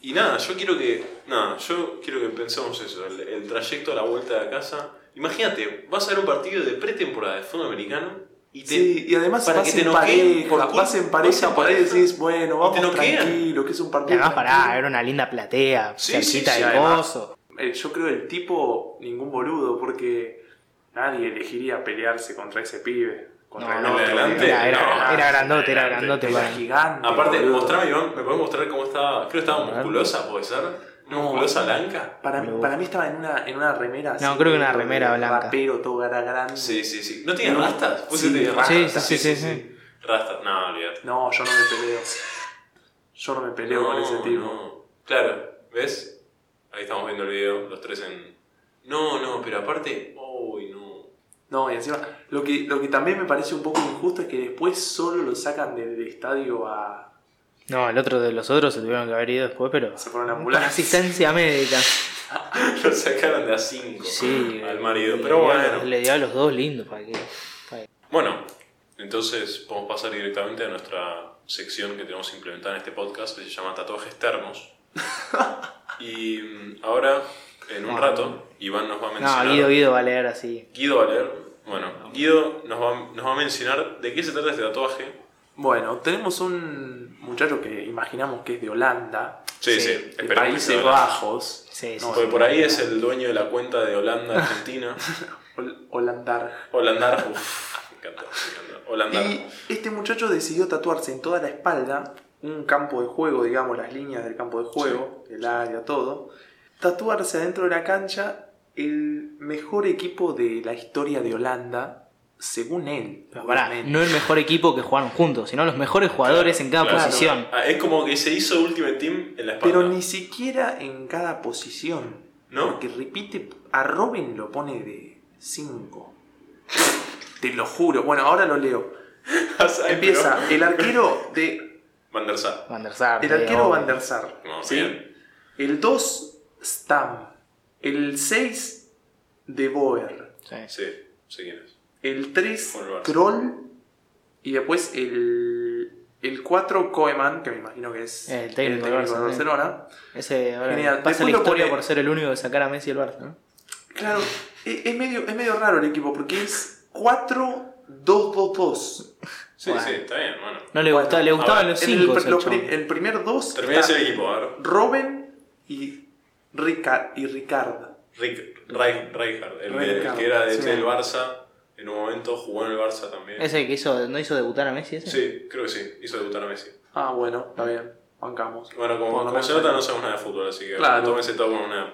Y nada, yo quiero que. Nada, yo quiero que pensemos eso, el, el trayecto a la vuelta de casa. Imagínate, vas a ver un partido de pretemporada de fútbol americano y te. (laughs) Sí, y además para vas, que te en enojes por pareja, cul- vas en pareja, por ahí decís, bueno, Y te vamos noquean. tranquilo, que es un Y partido. además, pará, tranquilo. era una linda platea, Sí, cerquita sí, sí, del además. gozo. Eh, Yo creo el tipo, ningún boludo, porque nadie elegiría pelearse contra ese pibe. Contra No, el otro. adelante, era, era- no, era grandote, era adelante. grandote. Era para mí. gigante. Aparte, boludo. mostrame, Iván, ¿me podés mostrar cómo estaba? Creo que estaba A ver. musculosa, puede ser. No. Musculosa blanca. Para, Pero- para mí estaba en una, en una remera. No, creo que una remera blanca. Pero todo era grande. Sí, sí, sí. ¿No tenía No. rastas? Vos Sí, tenés sí, rastas. sí, sí, sí. Rastas, no, olvídate. No, yo no me peleo. Yo no me peleo con ese tipo. no. Claro, ¿ves? Ahí estamos viendo el video, los tres en. No, no, pero aparte. Uy, no. No, y encima, lo que, lo que también me parece un poco injusto es que después solo lo sacan del estadio a. No, el otro de los otros se tuvieron que haber ido después, pero. Se fueron a Con ambulancia. asistencia médica. (laughs) Lo sacaron de a 5 Sí. eh, al marido. le Pero dio a- bueno. Le dio a los dos lindos para que. Bueno, entonces podemos pasar directamente a nuestra sección que tenemos implementada en este podcast que se llama Tatuajes (laughs) Termos. y mm, ahora, en un No. rato, Iván nos va a Ah. No, mencionar. Guido, Guido va a leer así. Guido va a leer. Bueno, Guido nos va, nos va a mencionar de qué se trata este tatuaje. Bueno, tenemos un muchacho que imaginamos que es de Holanda, Sí, sí, Sí, de esperemos que sea Países verdad. Bajos. Sí, sí, No, Porque por ahí es el dueño de la cuenta de Holanda, (laughs) Argentina. Hol- Holandar. Holandar. Uf, me encanta, me encanta. Holandar. Y este muchacho decidió tatuarse en toda la espalda un campo de juego, digamos, las líneas del campo de juego, el área, todo. Tatuarse adentro de la cancha el mejor equipo de la historia de Holanda, según él. Pero pará, obviamente. no el mejor equipo que jugaron juntos, sino los mejores jugadores en cada Claro. posición. Ah, es como que se hizo Ultimate Team en la espalda. Pero ni siquiera en cada posición. ¿No? Porque repite, a Robin lo pone de 5. Te lo juro. Bueno, ahora lo leo. Empieza el arquero de Van der Sar. Van der Sar, el Leo, arquero Van der Sar. No, ¿sí? bien. El 2 Stam. El 6 De Boer. sí. Sí, sí quién es. El 3 Con el Barça. Kroll. Y después el el 4 Koeman, que me imagino que es Eh, El técnico del del Barça, sí. Barcelona. Ese ahora Genial. pasa Después la lo historia pone- por ser el único que sacar a Messi el Barça, ¿no? Claro, e, es, es medio, es medio raro el equipo porque es 4-2-2-2. Sí, Bueno. sí, está bien, bueno. No le gustaba, le gustaban ahora, los En el cinco. pr- ese lo chabón. pri- el primer 2 Termina ese equipo, a ver. Robin y, Rica, y Ricard. Rick, Ray- Rijkaard, el, de- el Rijkaard, que era de, sí. del Barça, en un momento jugó en el Barça también. Ese que hizo, no hizo debutar a Messi ese. Sí, creo que sí, hizo debutar a Messi. Ah, bueno, está bien, bancamos. Bueno, como, Por lo como menos se nota, ahí. no sabemos nada de fútbol, así que Claro. tómense todo con una.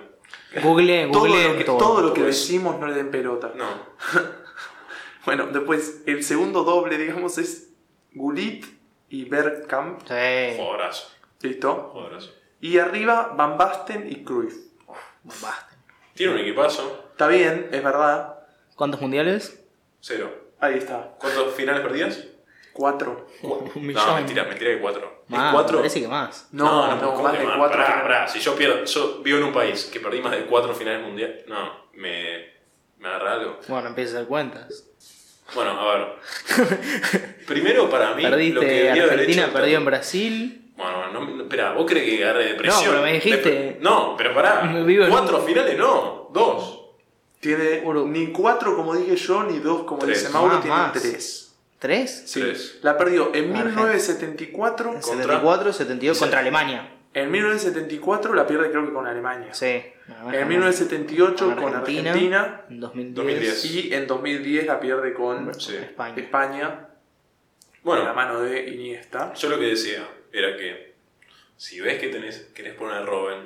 Google, todo, Google lo que, todo lo que todo eso. decimos no le den pelota. No, Bueno, después el segundo doble, digamos, es Gulit y Bergkamp. Sí. jugadorazo, Listo. jugadorazo. Y arriba Van Basten y Cruyff. Basta. Tiene un equipazo, Está bien, es verdad. ¿Cuántos mundiales? cero. Ahí está. ¿Cuántos finales perdidas? 4. Un No, mentira, mentira que cuatro. ¿Es Más, cuatro? parece que más. No, no, ¿cómo más que de 4. Pará, pará, si yo pierdo, yo vivo en un país que perdí más de cuatro finales mundiales. No, me, me agarra algo. Bueno, empieza a hacer cuentas. Bueno, a ver. (laughs) Primero para mí. lo que Perdiste debería haber Argentina, hecho- perdió en Brasil. Bueno, no, no, espera, vos crees que agarre depresión. No, pero me dijiste- Dep- no, pero pará. Me vivo en Cuatro un- finales no, dos. Tiene Uru. ni 4 como dije yo, ni 2 como Tres. dice Mauro, Más, tiene más. 3. ¿Tres? Sí. Tres. La perdió en Argentina. 1974. Contra- 74, 72 contra Alemania. En 1974 la pierde creo que con Alemania. Sí. En 1978 con Argentina. En 2010. 2010. Y en 2010 la pierde con Sí. España. España. de la Bueno, mano de Iniesta. yo lo que decía era que si ves que tenés, querés poner a Robin,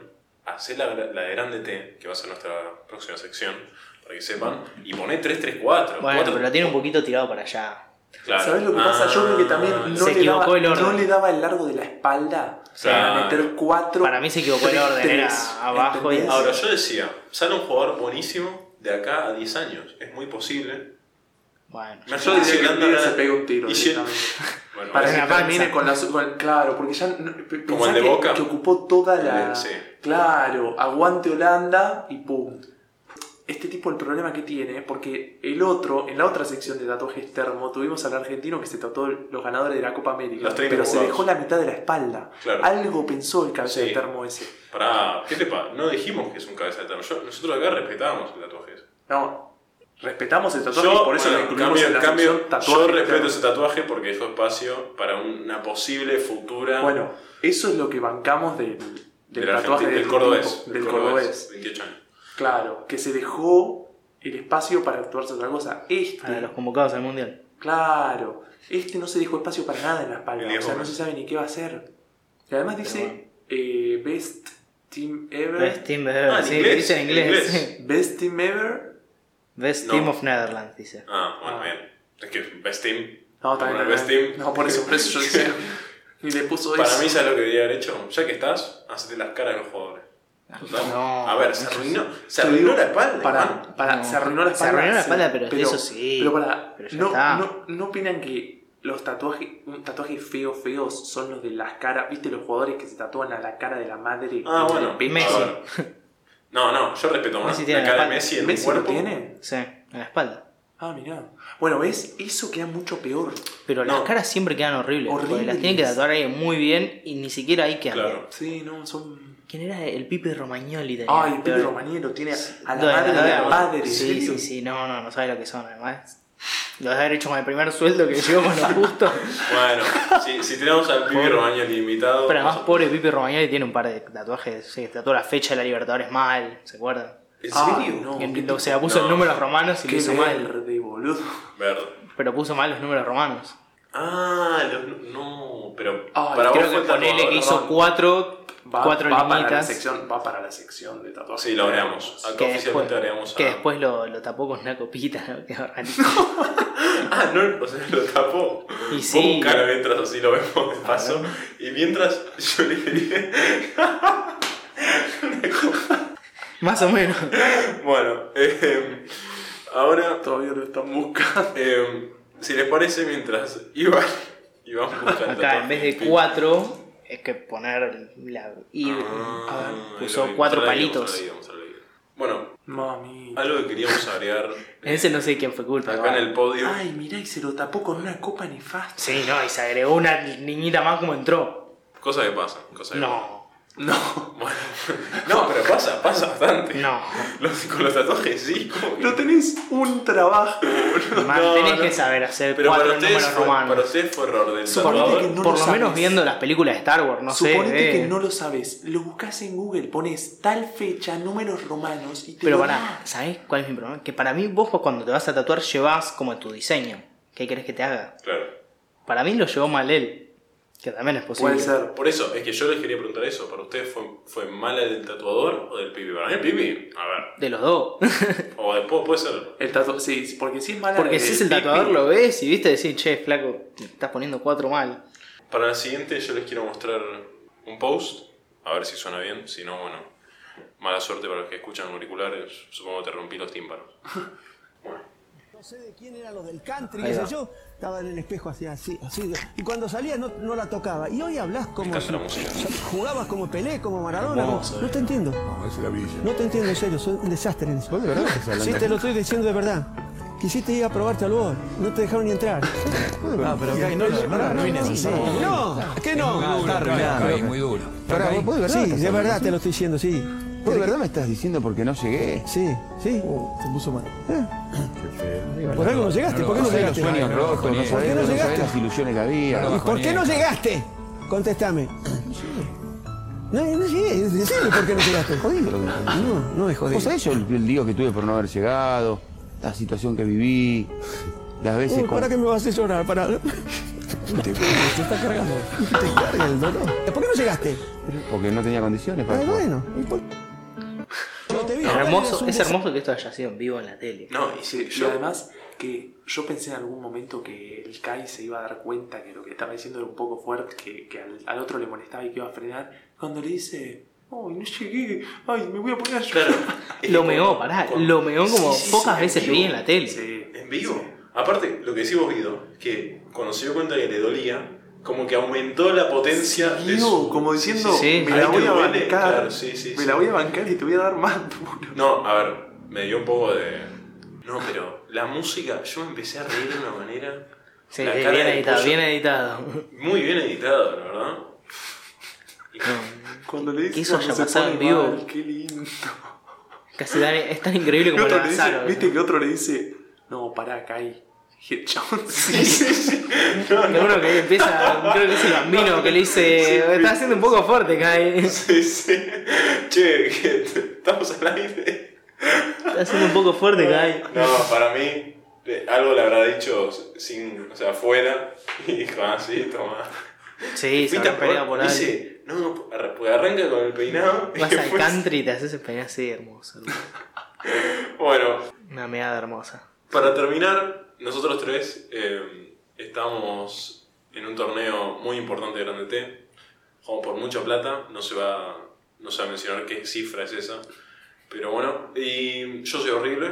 hacé la, gra- la de grande T, que va a ser nuestra próxima sección, para que sepan, y poné 3-3-4. Bueno, pero la tiene un poquito tirado para allá. ¿Sabes lo que pasa? Yo creo que también Ah, no Se le, daba, equivocó el orden. no le daba el largo de la espalda Claro. para meter cuatro. Para mí se equivocó el orden, era tres, abajo y- Ahora, yo decía, sale un jugador buenísimo de acá a 10 años. Es muy posible. Bueno. Yo Mercedes decía que el Irlanda pibe era- se pegue un tiro. y si- directamente. Bueno, Para en que la panza. termine con la. con- claro, porque ya. no- pe- pensá el de que- Boca. Que ocupó toda la. Sí. Claro, aguante Holanda y pum. Este tipo el problema que tiene, porque el otro, en la otra sección de tatuajes termo, tuvimos al argentino que se tatuó los ganadores de la Copa América, Los 30 pero se jugadores. dejó la mitad de la espalda. Claro. Algo pensó el cabeza Sí. de termo ese. Pará, ¿qué te pasa? No dijimos que es un cabeza de termo. Yo- nosotros acá respetábamos el tatuaje. No, respetamos el tatuaje y Yo, por eso bueno, lo incluimos cambio- en la cambio, sección tatuaje yo respeto termo. ese tatuaje porque dejó espacio para una posible futura Bueno, eso es lo que bancamos del, del del, tatuaje argentino- del del cordobés. tipo, del cordobés. 28 años. Claro, que se dejó el espacio para actuarse otra cosa. Para Este, Ah, los convocados al mundial. claro, este no se dejó espacio para nada en la espalda. El Diego O sea, no Gómez. se sabe ni qué va a hacer. Y además dice Pero bueno. eh, Best Team Ever. Best Team Ever, Ah, en sí, inglés, dice en en inglés. inglés. sí. Best Team Ever. Best No. Team of Netherlands, dice. Ah, bueno, Ah. bien. Es que Best Team. No, también. Bueno, no, Best Team. No, por eso, por eso (laughs) yo decía. Y le puso Para eso. mí, ¿sabes lo que debería haber hecho? Ya que estás, hacete las caras de los jugadores. Total. No. a ver, se arruinó, se Te arruinó digo, la espalda. hermano. Para, para, No. se arruinó la Se espalda. arruinó la sí, espalda, pero eso sí. Pero para, Pero ya no, está. no, no opinan que los tatuajes, un tatuaje feo, feos son los de las caras. ¿Viste los jugadores que se tatúan a la cara de la madre? Ah, en el bueno. pecho? Messi. A ver. No, no, yo respeto más. Messi La cara tiene la de espalda. Messi en ¿Messi un lo cuerpo. tiene? Sí, en la espalda. Ah, mirá. Bueno, ¿ves? Eso queda mucho peor. Pero las No. caras siempre quedan horribles. porque Horribles. Las tienen que tatuar ahí muy bien y ni siquiera ahí quedan Claro. bien. Sí, no, son... ¿Quién era el Pipe Romagnoli? tenía? Ay, Pedro Maniero tiene a la Lo de- madre lo de de- la madre. ¿en Sí, serio? sí, sí. No, no, no sabe lo que son, además. Lo de haber hecho con el primer sueldo que llegó (laughs) con lo justo. Bueno, si, si tenemos al pibe Romagnoli invitado. Pero además, vamos a- pobre Pipe Romagnoli tiene un par de tatuajes. Se tatuó la fecha de la Libertadores mal, ¿se acuerdan? ¿En Ah, serio? no. En- qué lo- se la puso no. en números romanos y lo Qué hizo mal. verde, boludo. Verde. Pero puso mal los números romanos. Ah, los- no, pero Ay, para Creo vos que fue ponele tatuador, que hizo ¿no? cuatro, Va, cuatro va para la linitas. sección, va para la sección de tatuajes. Sí, lo agregamos. Acá Que después, oficialmente agregamos a. que después lo, lo tapó con una copita. ¿no? (laughs) (laughs) Qué rarito. Ah, no, o sea, lo tapó. Y sí. Búscalo mientras así lo vemos de paso. Y mientras (laughs) yo le dije. Más o menos. Bueno, eh, ahora. Todavía lo están buscando. eh, si les parece, mientras Iván. Iván busca el Acá, tatuaje. en vez de cuatro, es que poner la. Y, Ah, a ver, ahí lo puso vi, cuatro mostrala ahí, mostrala palitos. ahí, mostrala ahí. Bueno, Mami. algo que queríamos agregar Ese no sé quién fue culpa. acá ¿verdad? en el podio. Ay, mirá, y se lo tapó con una copa nefasta. Sí, no, y se agregó una niñita más como entró. Cosa que pasa, (laughs) cosa que No, No. Bueno, no, pero pasa, pasa bastante. no. Los- con los tatuajes sí, como que- No tenés un trabajo. Man, No, tenés no. que saber hacer Pero cuatro para ustedes, números fue, para romanos. ustedes fue error del Suponete tatuador. que no lo Por lo menos sabes. viendo las películas de Star Wars, no Suponete sé. que eh. no lo sabes. Lo buscas en Google, pones tal fecha, números romanos y te Pero lo pará, da. ¿sabés cuál es mi problema? Que para mí vos cuando te vas a tatuar llevas como tu diseño. ¿Qué querés que te haga? Claro. Para mí lo llevó mal él. Que también es posible. Puede ser. Por eso, es que yo les quería preguntar eso. ¿Para ustedes fue, fue mala del tatuador o del pibe? Para mí el pibe, a ver. De los dos. O después puede ser. El tatu- sí, porque si es mala. Porque si es el pipi, tatuador lo ves y viste decir, che, flaco, te estás poniendo cuatro mal. Para la siguiente yo les quiero mostrar un post. A ver si suena bien. Si no, bueno. Mala suerte para los que escuchan auriculares. Supongo que te rompí los tímpanos. Bueno. No sé de quién eran los del country, Ahí qué va. sé yo. Estaba en el espejo así, así, así. Y cuando salía no, no la tocaba. Y hoy hablas como. encanta la música. Jugabas como Pelé, como Maradona. como- no eh. te entiendo. No, es la villa. No te entiendo, en serio. Soy un desastre en eso. ¿Vos de verdad Sí, te lo estoy diciendo de verdad. Quisiste ir a probarte al bol. No te dejaron ni entrar. No, pero Kai, no, no, no, no, arruines así. No, ¿qué no? Está arruinado. Caí muy duro. Pará, ¿vos- vos de verdad Sí, estás de hablando verdad así? te lo estoy diciendo, sí. ¿Vos de verdad me estás diciendo porque no llegué? Sí, sí. Oh, Eh. Se puso mal. Por algo no llegaste. ¿Por qué no No sabés los llegaste? sueños rojos, no ¿Por qué sabés, no no sabés llegaste? las ilusiones que había. ¿Y por qué no llegaste? Contéstame. No, no llegué. Decime por qué no llegaste. Jodido lo (laughs) que No, no es jodido. ¿Vos sabés yo el, el lío que tuve por no haber llegado? La situación que viví, las veces Uy, con- Uh, (laughs) ¿Para qué me vas a hacer llorar? Para... Te, te está cargando. Te carga el dolor. ¿Por qué no llegaste? Porque no tenía condiciones para Ay, jugar. bueno. ¿y por- No te vi. Eres Hermoso, un es hermoso que esto haya sido en vivo en la tele. No, y, Sí, y yo- además que yo pensé en algún momento que el Kai se iba a dar cuenta que lo que estaba diciendo era un poco fuerte, que, que al, al otro le molestaba y que iba a frenar. Cuando le dice, ¡ay, no llegué! ¡ay, me voy a poner a llorar! (laughs) Es Lo como- meó, pará, con- lo meó como Sí, sí, pocas sí, veces en lo vi vivo. en la tele. Sí. En vivo. Aparte, lo que decimos Guido, que cuando se dio cuenta que le dolía, como que aumentó la potencia de su... Guido, como diciendo, Sí, sí. me la Ahí te voy a duele, bancar, claro, sí, sí, me sí. la voy a bancar y te voy a dar más (laughs) duro. No, a ver, me dio un poco de... No, pero la música, yo me empecé a reír de una manera... Sí, La bien cara del editado, pollo. bien editado. Muy bien editado, la verdad. (laughs) Cuando le dice, Eso cuando haya se pasado pone en vivo. mal, ¡Qué lindo! Casi tan- es tan increíble El como lo otro le dice, lanzaron. Viste que otro le dice, no, pará, Kai. (laughs) Dije, chabón, sí, No, Que no, uno que empieza, creo que es el bambino que le dice, está haciendo un poco fuerte, Kai. Está sí, sí. Che, que t- estamos al aire. haciendo un poco fuerte, Kai. No, para mí, eh, algo le habrá dicho sin, o sea, fuera. (laughs) Y dijo, ah, sí, toma. Sí, se Fuiste habrán a peleado por probar- algo. Dice, no, no, arra- porque arranca con el peinado. (laughs) y Vas al después- country y te haces peinar así, hermoso. hermoso. Bueno, Una meada hermosa. para terminar, nosotros tres eh, estamos en un torneo muy importante de Grande T. Jugamos por mucha plata, no se va, no se va a mencionar qué cifra es esa. Pero bueno, y yo soy horrible.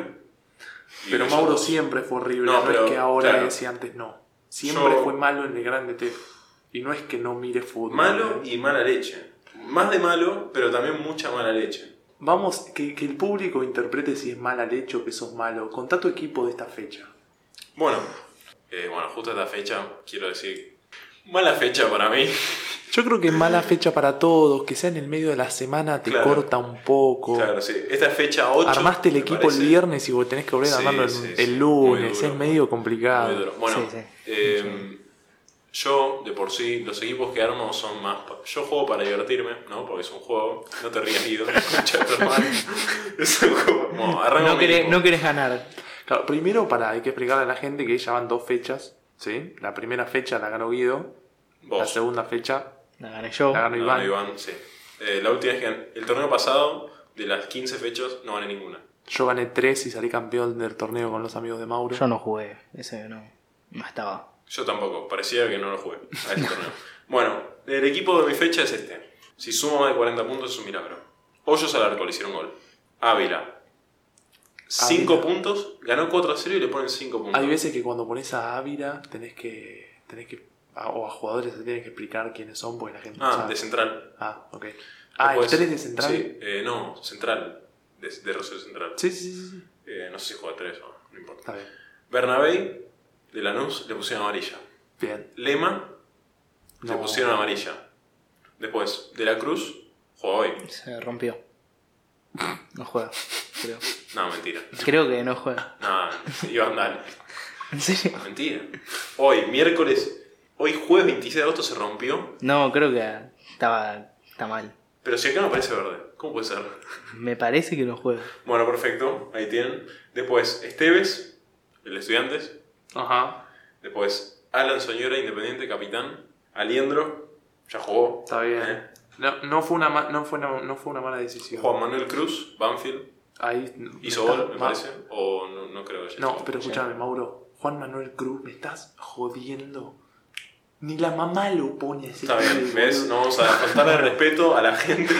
Y Pero ellos- Mauro siempre fue horrible, No, no, pero, es que ahora claro. es y antes no. Siempre Yo- fue malo en el grande T. E Y no es que no mire fútbol. Malo y mala leche. Más de malo, pero también mucha mala leche. Vamos, que, que el público interprete si es mala leche o que sos malo. Contá tu equipo de esta fecha. Bueno, eh, bueno, justo esta fecha, quiero decir, mala fecha para mí. Yo creo que es mala fecha para todos, que sea en el medio de la semana te Claro. corta un poco. Claro, sí. Esta es fecha 8. Uh. Armaste el me equipo parece. el viernes y vos tenés que volver Sí, a armarlo el, sí, sí. el Muy lunes, duro. es medio Muy complicado. duro. Bueno, Sí, sí. eh, yo de por sí, los equipos que armo son más. pa- Yo juego para divertirme, ¿no? Porque es un juego. No te rías, Guido. (laughs) Escucha, hermano. Es un juego. Bueno, arranco No mi querés, equipo. no querés ganar. Claro, primero para hay que explicarle a la gente que ya van dos fechas, ¿sí? La primera fecha la ganó Guido, Vos. la segunda fecha La gané yo. la ganó No, Iván. Iván, sí. Eh, la última es que el torneo pasado, de las 15 fechas, no gané ninguna. Yo gané tres y salí campeón del torneo con los amigos de Mauro. Yo no jugué. Ese no. No estaba. Yo tampoco, parecía que no lo jugué a este (laughs) torneo. Bueno, el equipo de mi fecha es este. Si sumo más de 40 puntos es un milagro. Hoyos al arco le hicieron gol. Ávila. 5 puntos, ganó 4 a 0 y le ponen 5 puntos. Hay veces que cuando pones a Ávila tenés que. tenés que. a- o a jugadores te tienen que explicar quiénes son porque la gente no Ah, sabe. de central. Ah, ok. Ah, el Después- 3 de central. Sí, eh, no, central. De, de Rosario Central. Sí, sí, sí, sí. Eh, no sé si juega 3 o no importa. Está bien. Bernabé, de Lanús, le pusieron amarilla. Bien. Lema, le No. pusieron amarilla. Después, De La Cruz, juega hoy. Se rompió. No juega. Creo. No, mentira. Creo que no juega. (laughs) No, Iván, dale. ¿En serio? Mentira. Hoy, miércoles, hoy jueves 26 de agosto se rompió, No, creo que estaba. está mal. pero si acá no aparece verde, ¿cómo puede ser? Me parece que no juega. Bueno, perfecto, ahí tienen. Después, Esteves, el de Estudiantes. Ajá. Después, Alan Soñora, Independiente, capitán. Aliendro, ya jugó. Está bien. ¿eh? No, no, fue una ma- no, fue una, no fue una mala decisión. Juan Manuel Cruz, Banfield, Ahí hizo está- gol, me Ma- parece. O no, no creo que haya No, hecho. pero escúchame, Mauro. Juan Manuel Cruz, me estás jodiendo. Ni la mamá lo pone así. Está bien, ¿ves? No vamos a faltar (laughs) el respeto a la gente,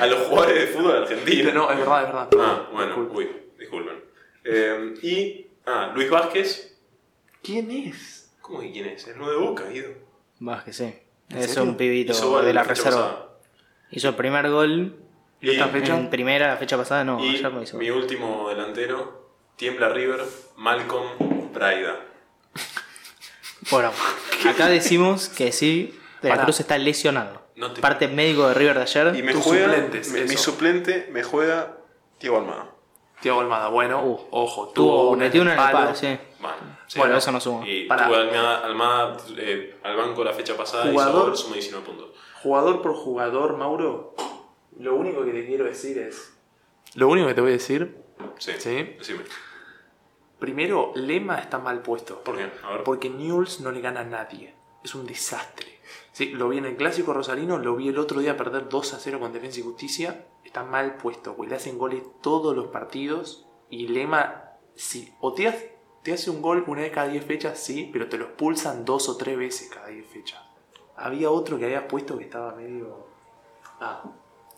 a los jugadores de fútbol argentino. No, es verdad, es verdad. Ah, bueno, Disculpa. uy, disculpen. Eh, y, ah, Luis Vázquez. ¿Quién es? ¿Cómo que quién es? Es nueve Boca, Guido. Más que sí. ¿En Es serio? un pibito Hizo gol de la fecha reserva. pasada. Hizo el primer gol. Y, esta fecha? En primera, la fecha pasada, no, y ayer no hizo. mi último delantero, Tiembla River, Malcolm Braida. Bueno, acá decimos que sí, De la Pará. Cruz está lesionado. No te- Parte médico de River Y de ayer. me Tus juega, suplentes, me- mi eso. suplente me juega Diego Armada. Tiago Almada, bueno, Uh, ojo, tuvo Tuvo, una metió una en el palo. palo, sí. Bueno, sí. Bueno, eso no suma. Y Pará. tuve a Almada, Almada, eh, al banco la fecha pasada, hizo Jugador. gol, suma 19 puntos. Jugador por jugador, Mauro, lo único que te quiero decir es. Lo único que te voy a decir, Sí, Sí. decime. primero, Lema está mal puesto. ¿Por qué? A ver. Porque Newells no le gana a nadie. Es un desastre. Sí, lo vi en el clásico Rosalino, lo vi el otro día perder 2 a 0 con Defensa y Justicia. Está mal puesto, güey. Le hacen goles todos los partidos. Y Lema, sí, o te, hace- te hace un gol una vez cada 10 fechas, sí, pero te lo expulsan dos o tres veces cada 10 fechas. Había otro que había puesto que estaba medio. Ah,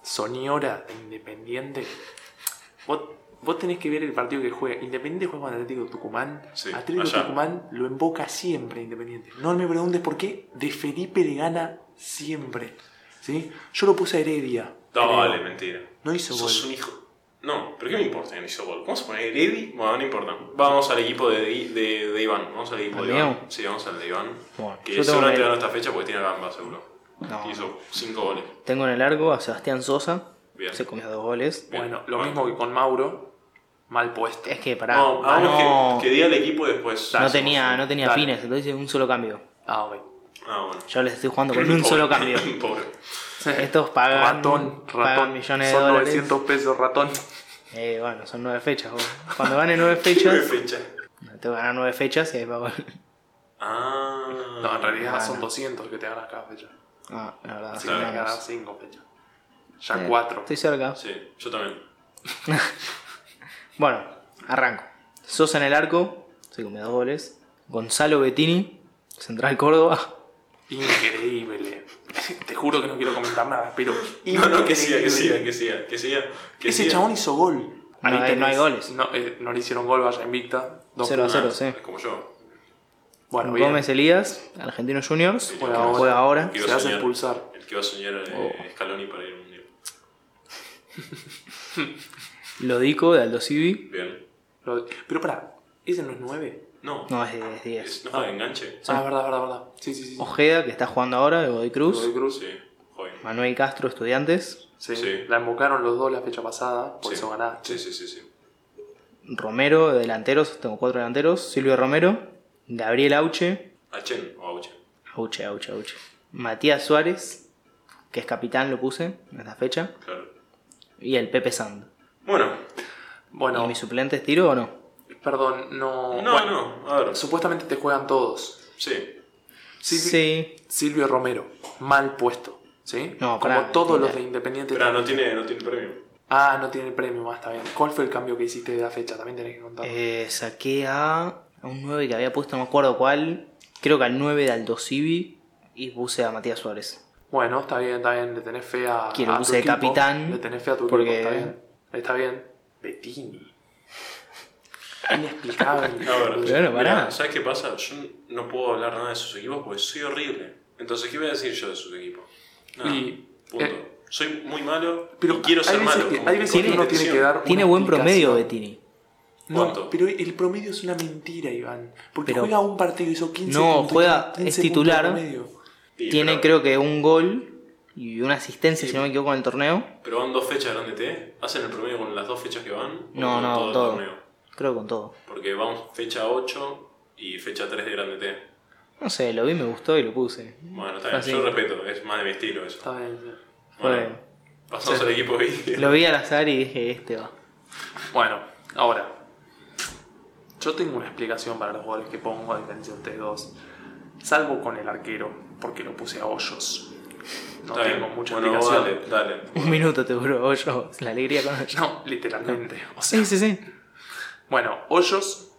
Soñora de Independiente. Vos, vos tenés que ver el partido que juega. Independiente juega con Atlético Tucumán. Sí, Atlético allá. Tucumán lo invoca siempre a Independiente. No me preguntes por qué. De Felipe le gana siempre. ¿Sí? Yo lo puse a Heredia. creo. Dale, mentira. No hizo Sos gol. un hijo. No, pero ¿qué me importa que no hizo gol? ¿Vamos a poner Eddie? Bueno, no importa. Vamos al equipo de, I- de, de Iván. Vamos al equipo ¿Al de mío? Iván. Sí, vamos al de Iván. Bueno, yo que tengo seguramente Medel. ganó esta fecha porque tiene a Gamba, seguro. No. Hizo 5 goles. Tengo en el largo a Sebastián Sosa. Bien. Se comió dos goles. Bien. Bueno, lo mismo que con Mauro. Mal puesto. Es que pará. No, ah, hagamos no, Que, que diga el equipo y después. no tenía, no tenía Dale. pines, entonces hice un solo cambio. Ah, ok. Ah, bueno. Yo les estoy jugando con un solo Pobre. cambio. (laughs) Pobre. Estos pagan- ratón, ratón. pagan millones de Son dólares. 900 pesos, ratón. Eh, bueno, son nueve fechas. vos. Cuando gane nueve (laughs) Nueve fechas, fecha. tengo que ganar nueve fechas y ahí pago. Ah. No, en realidad Ah, son no. 200 que te ganas cada fecha. Ah, la verdad. Así sí, que claro. te no, no ganas sé. 5 fechas. Ya Eh, 4. Estoy cerca. Sí, yo también. Bueno, arranco. Sosa en el arco, se comió dos goles. Gonzalo Bettini, Central Córdoba. Increíble. (laughs) Te juro que no quiero comentar nada, (laughs) pero. No, no, que siga, que increíble. siga, que siga, que siga. Que Ese siga. chabón hizo gol. No hay- no hay goles. No, eh, no le hicieron gol, vaya invicta. Dos Cero a puntos. cero, sí. Ah, Como yo. Bueno, bien. Gómez Elías, Argentinos Juniors. Sí, Juega ahora. ahora. Quiero Se hace Oh. soñar. expulsar. El que va a soñar eh, Scaloni para ir al mundial. Lodico de Aldo Civi. Bien. Lo- Pero pará, ¿ese no es 9? No. No, es de es 10. Es- no juega de enganche. Ah, es verdad, es verdad, es verdad. Sí, sí, sí. sí. Ojeda, que está jugando ahora, de Godoy Lo Cruz. de Cruz. Sí, joven. Manuel Castro, Estudiantes. Sí. Sí. La invocaron los dos la fecha pasada, por Sí. eso ganaste. Sí, sí, sí, sí. Romero, de delanteros. Tengo cuatro delanteros. Silvio Romero. Gabriel Auche. Achen o Auche. Auche, Auche, Auche. Matías Suárez, que es capitán, lo puse en esta fecha. Claro. Y el Pepe Sand. Bueno. ¿Y Bueno, mis suplentes tiro o no? perdón, no. No, Ah, bueno, no. A ver. Supuestamente te juegan todos. Sí. Sí. Silvi- Silvio Romero, mal puesto. ¿Sí? No, Como pará, todos mira. los de Independiente. Pero no tiene, no tiene premio. Ah, no tiene el premio más, está bien. ¿Cuál fue el cambio que hiciste de la fecha? También tenés que contar. Eh, saqué a, a un 9 que había puesto, no me acuerdo cuál. Creo que al 9 de Aldo Civi. Y puse a Matías Suárez. Bueno, está bien, está bien. Le tenés fe a. Quiero a que tu sea equipo. capitán, Le tenés fe a tu porque- equipo, está bien. Está bien. Bettini. (laughs) Inexplicable. A ver. Pero bueno, mira, pará. ¿Sabes qué pasa? Yo no puedo hablar nada de sus equipos porque soy horrible. Entonces, ¿qué voy a decir yo de sus equipos? Nada. Y- Punto. eh, soy muy malo pero y quiero hay ser veces malo. que- como hay veces con que uno tiene intención. que dar- Tiene Una buen promedio explicación. Bettini. No, ¿Cuánto? pero el promedio es una mentira, Iván. Porque Pero- juega un partido, hizo 15 No, puntos, juega- 15 es puntos titular. promedio. Sí, Tiene pero, creo que un gol y una asistencia, si no me equivoco, en el torneo. Pero van dos fechas grande T. E. ¿Hacen el promedio con las dos fechas que van? ¿O No, con no, el todo. torneo? Creo con todo. Porque vamos fecha 8 y fecha 3 de grande T. E. No sé, lo vi, me gustó y lo puse. Bueno, está bien. Así. Yo respeto, es más de mi estilo eso. Está bien, bien. Bueno, Fue- pasamos al equipo B. Lo vi al azar y dije, este va. Bueno, ahora. Yo tengo una explicación para los jugadores que pongo a diferencia de ustedes dos. Salvo con el arquero, porque lo puse a hoyos. No Está tengo bien. mucha bueno, explicación. Dale, dale. (laughs) Un minuto te duró yo. La alegría con ellos. No, literalmente. O sea, Sí, sí, sí. Bueno, Hoyos,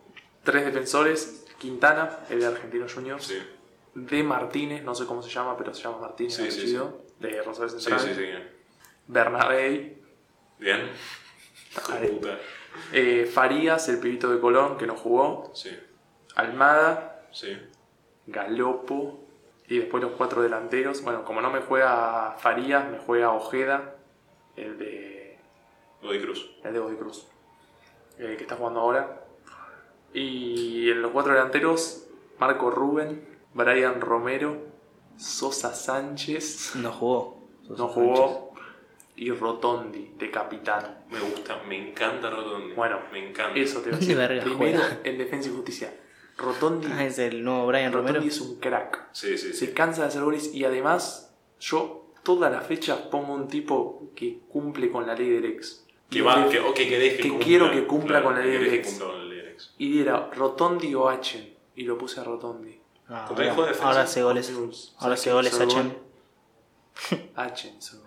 tres defensores, Quintana, el de Argentinos Juniors, Sí, de Martínez, no sé cómo se llama, pero se llama Martínez, Sí, sí, apellido, de Rosario sí, Central, sí, sí. Bernabé, Bien. Puta. eh, Farías, el pibito de Colón, que no jugó, Sí, Almada, sí. Galopo, y después los cuatro delanteros. Bueno, como no me juega Farías, me juega Ojeda, el de Godoy Cruz. el de Godoy Cruz, eh, que está jugando ahora. Y en los cuatro delanteros, Marco Rubén, Brian Romero, Sosa Sánchez, No jugó. no jugó, y Rotondi, de capitán. Me gusta, me encanta Rotondi. Bueno, me encanta. Eso te voy a (laughs) ¿Dónde decir. verga Primero, juega? en Defensa y Justicia. Rotondi, Ah, es el nuevo Brian Romero. Rotondi es un crack. Sí, sí, sí. Se cansa de hacer goles y además yo todas las fechas pongo un tipo que cumple con la ley del ex. Que Y va, de- que, o que querés que, que cumpla. quiero que cumpla Claro, con la ley que querés del que ex. cumpla con la ley del ex. Y era Rotondi o Achen. Y lo puse a Rotondi. Ah, Contra ahora, hijos de defensa. ahora hace goles. Wolves. Ahora ¿Sabes hace quién goles hizo el Hachem. gol? H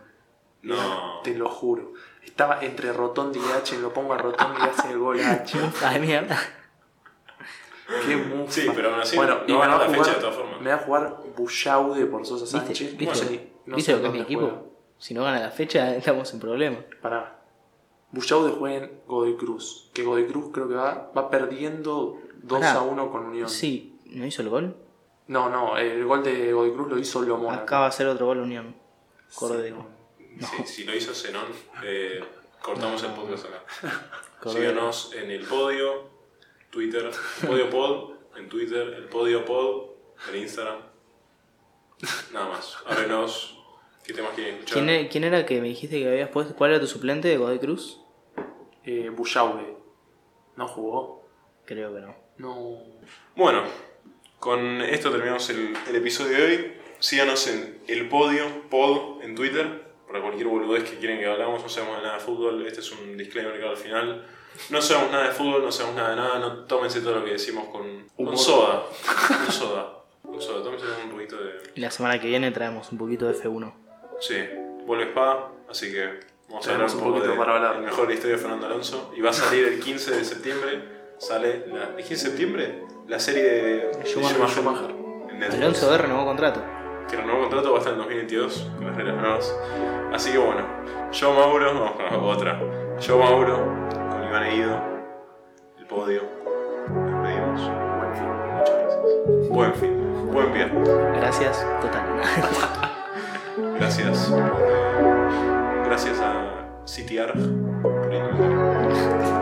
No. Te lo juro. Estaba entre Rotondi y H, lo pongo a Rotondi y hace el gol H. Ay, mierda. Qué mufa. (laughs) Sí, pero aún así, no y va a me ganar va la a fecha, jugar- de todas formas. Me va a jugar Bullaude por Sosa ¿Viste, Sánchez. viste, Sí, no ¿viste sé lo que es mi dónde equipo? juega. Si no gana la fecha, (laughs) estamos en problema. Pará. Bullaude juega en Godoy Cruz. Que Godoy Cruz creo que va, va perdiendo 2 Pará. a 1 con Unión. Sí, ¿no hizo el gol? No, no, el gol de Godoy Cruz lo hizo Lomona. Acaba de hacer otro gol Unión. Cordero. Si, si lo hizo Zenón, eh, cortamos el podcast acá. Cordero. Síganos en el podio, Twitter, el podio pod, en Twitter, el podio pod, en Instagram. Nada más. Háblenos. ¿Qué temas quieren escuchar? ¿Quién, e- quién era que me dijiste que habías puesto? ¿Cuál era tu suplente de Godoy Cruz? Eh, Bullaude. No jugó. Creo que no. No. (laughs) Bueno, con esto terminamos el, el episodio de hoy. Síganos en el podio, pod, en Twitter, para cualquier boludez que quieren que hablamos. No sabemos de nada de fútbol, este es un disclaimer que va al final. No sabemos nada de fútbol, no sabemos nada de nada, no tómense todo lo que decimos con un Humor. soda. Un soda. Un soda, tómense con un poquito de... Y la semana que viene traemos un poquito de F1. Sí, vuelve Spa, así que vamos a hablar Tenemos un un poco poquito de para hablar. el mejor de la historia de Fernando Alonso. Y va a salir el 15 de septiembre, sale la, el 15 de septiembre la serie de, de Schumacher. Schumacher. En Netflix. Alonso de renovó contrato. que renovó contrato va hasta el 2022 con las reglas nuevas. Así que bueno, yo Mauro, vamos con la otra. Yo Mauro, con Iván Eido, el podio. Nos pedimos. Buen fin, muchas gracias. Buen fin, buen pie. Gracias, total. Gracias. por, eh, Gracias a CTR por invitarme.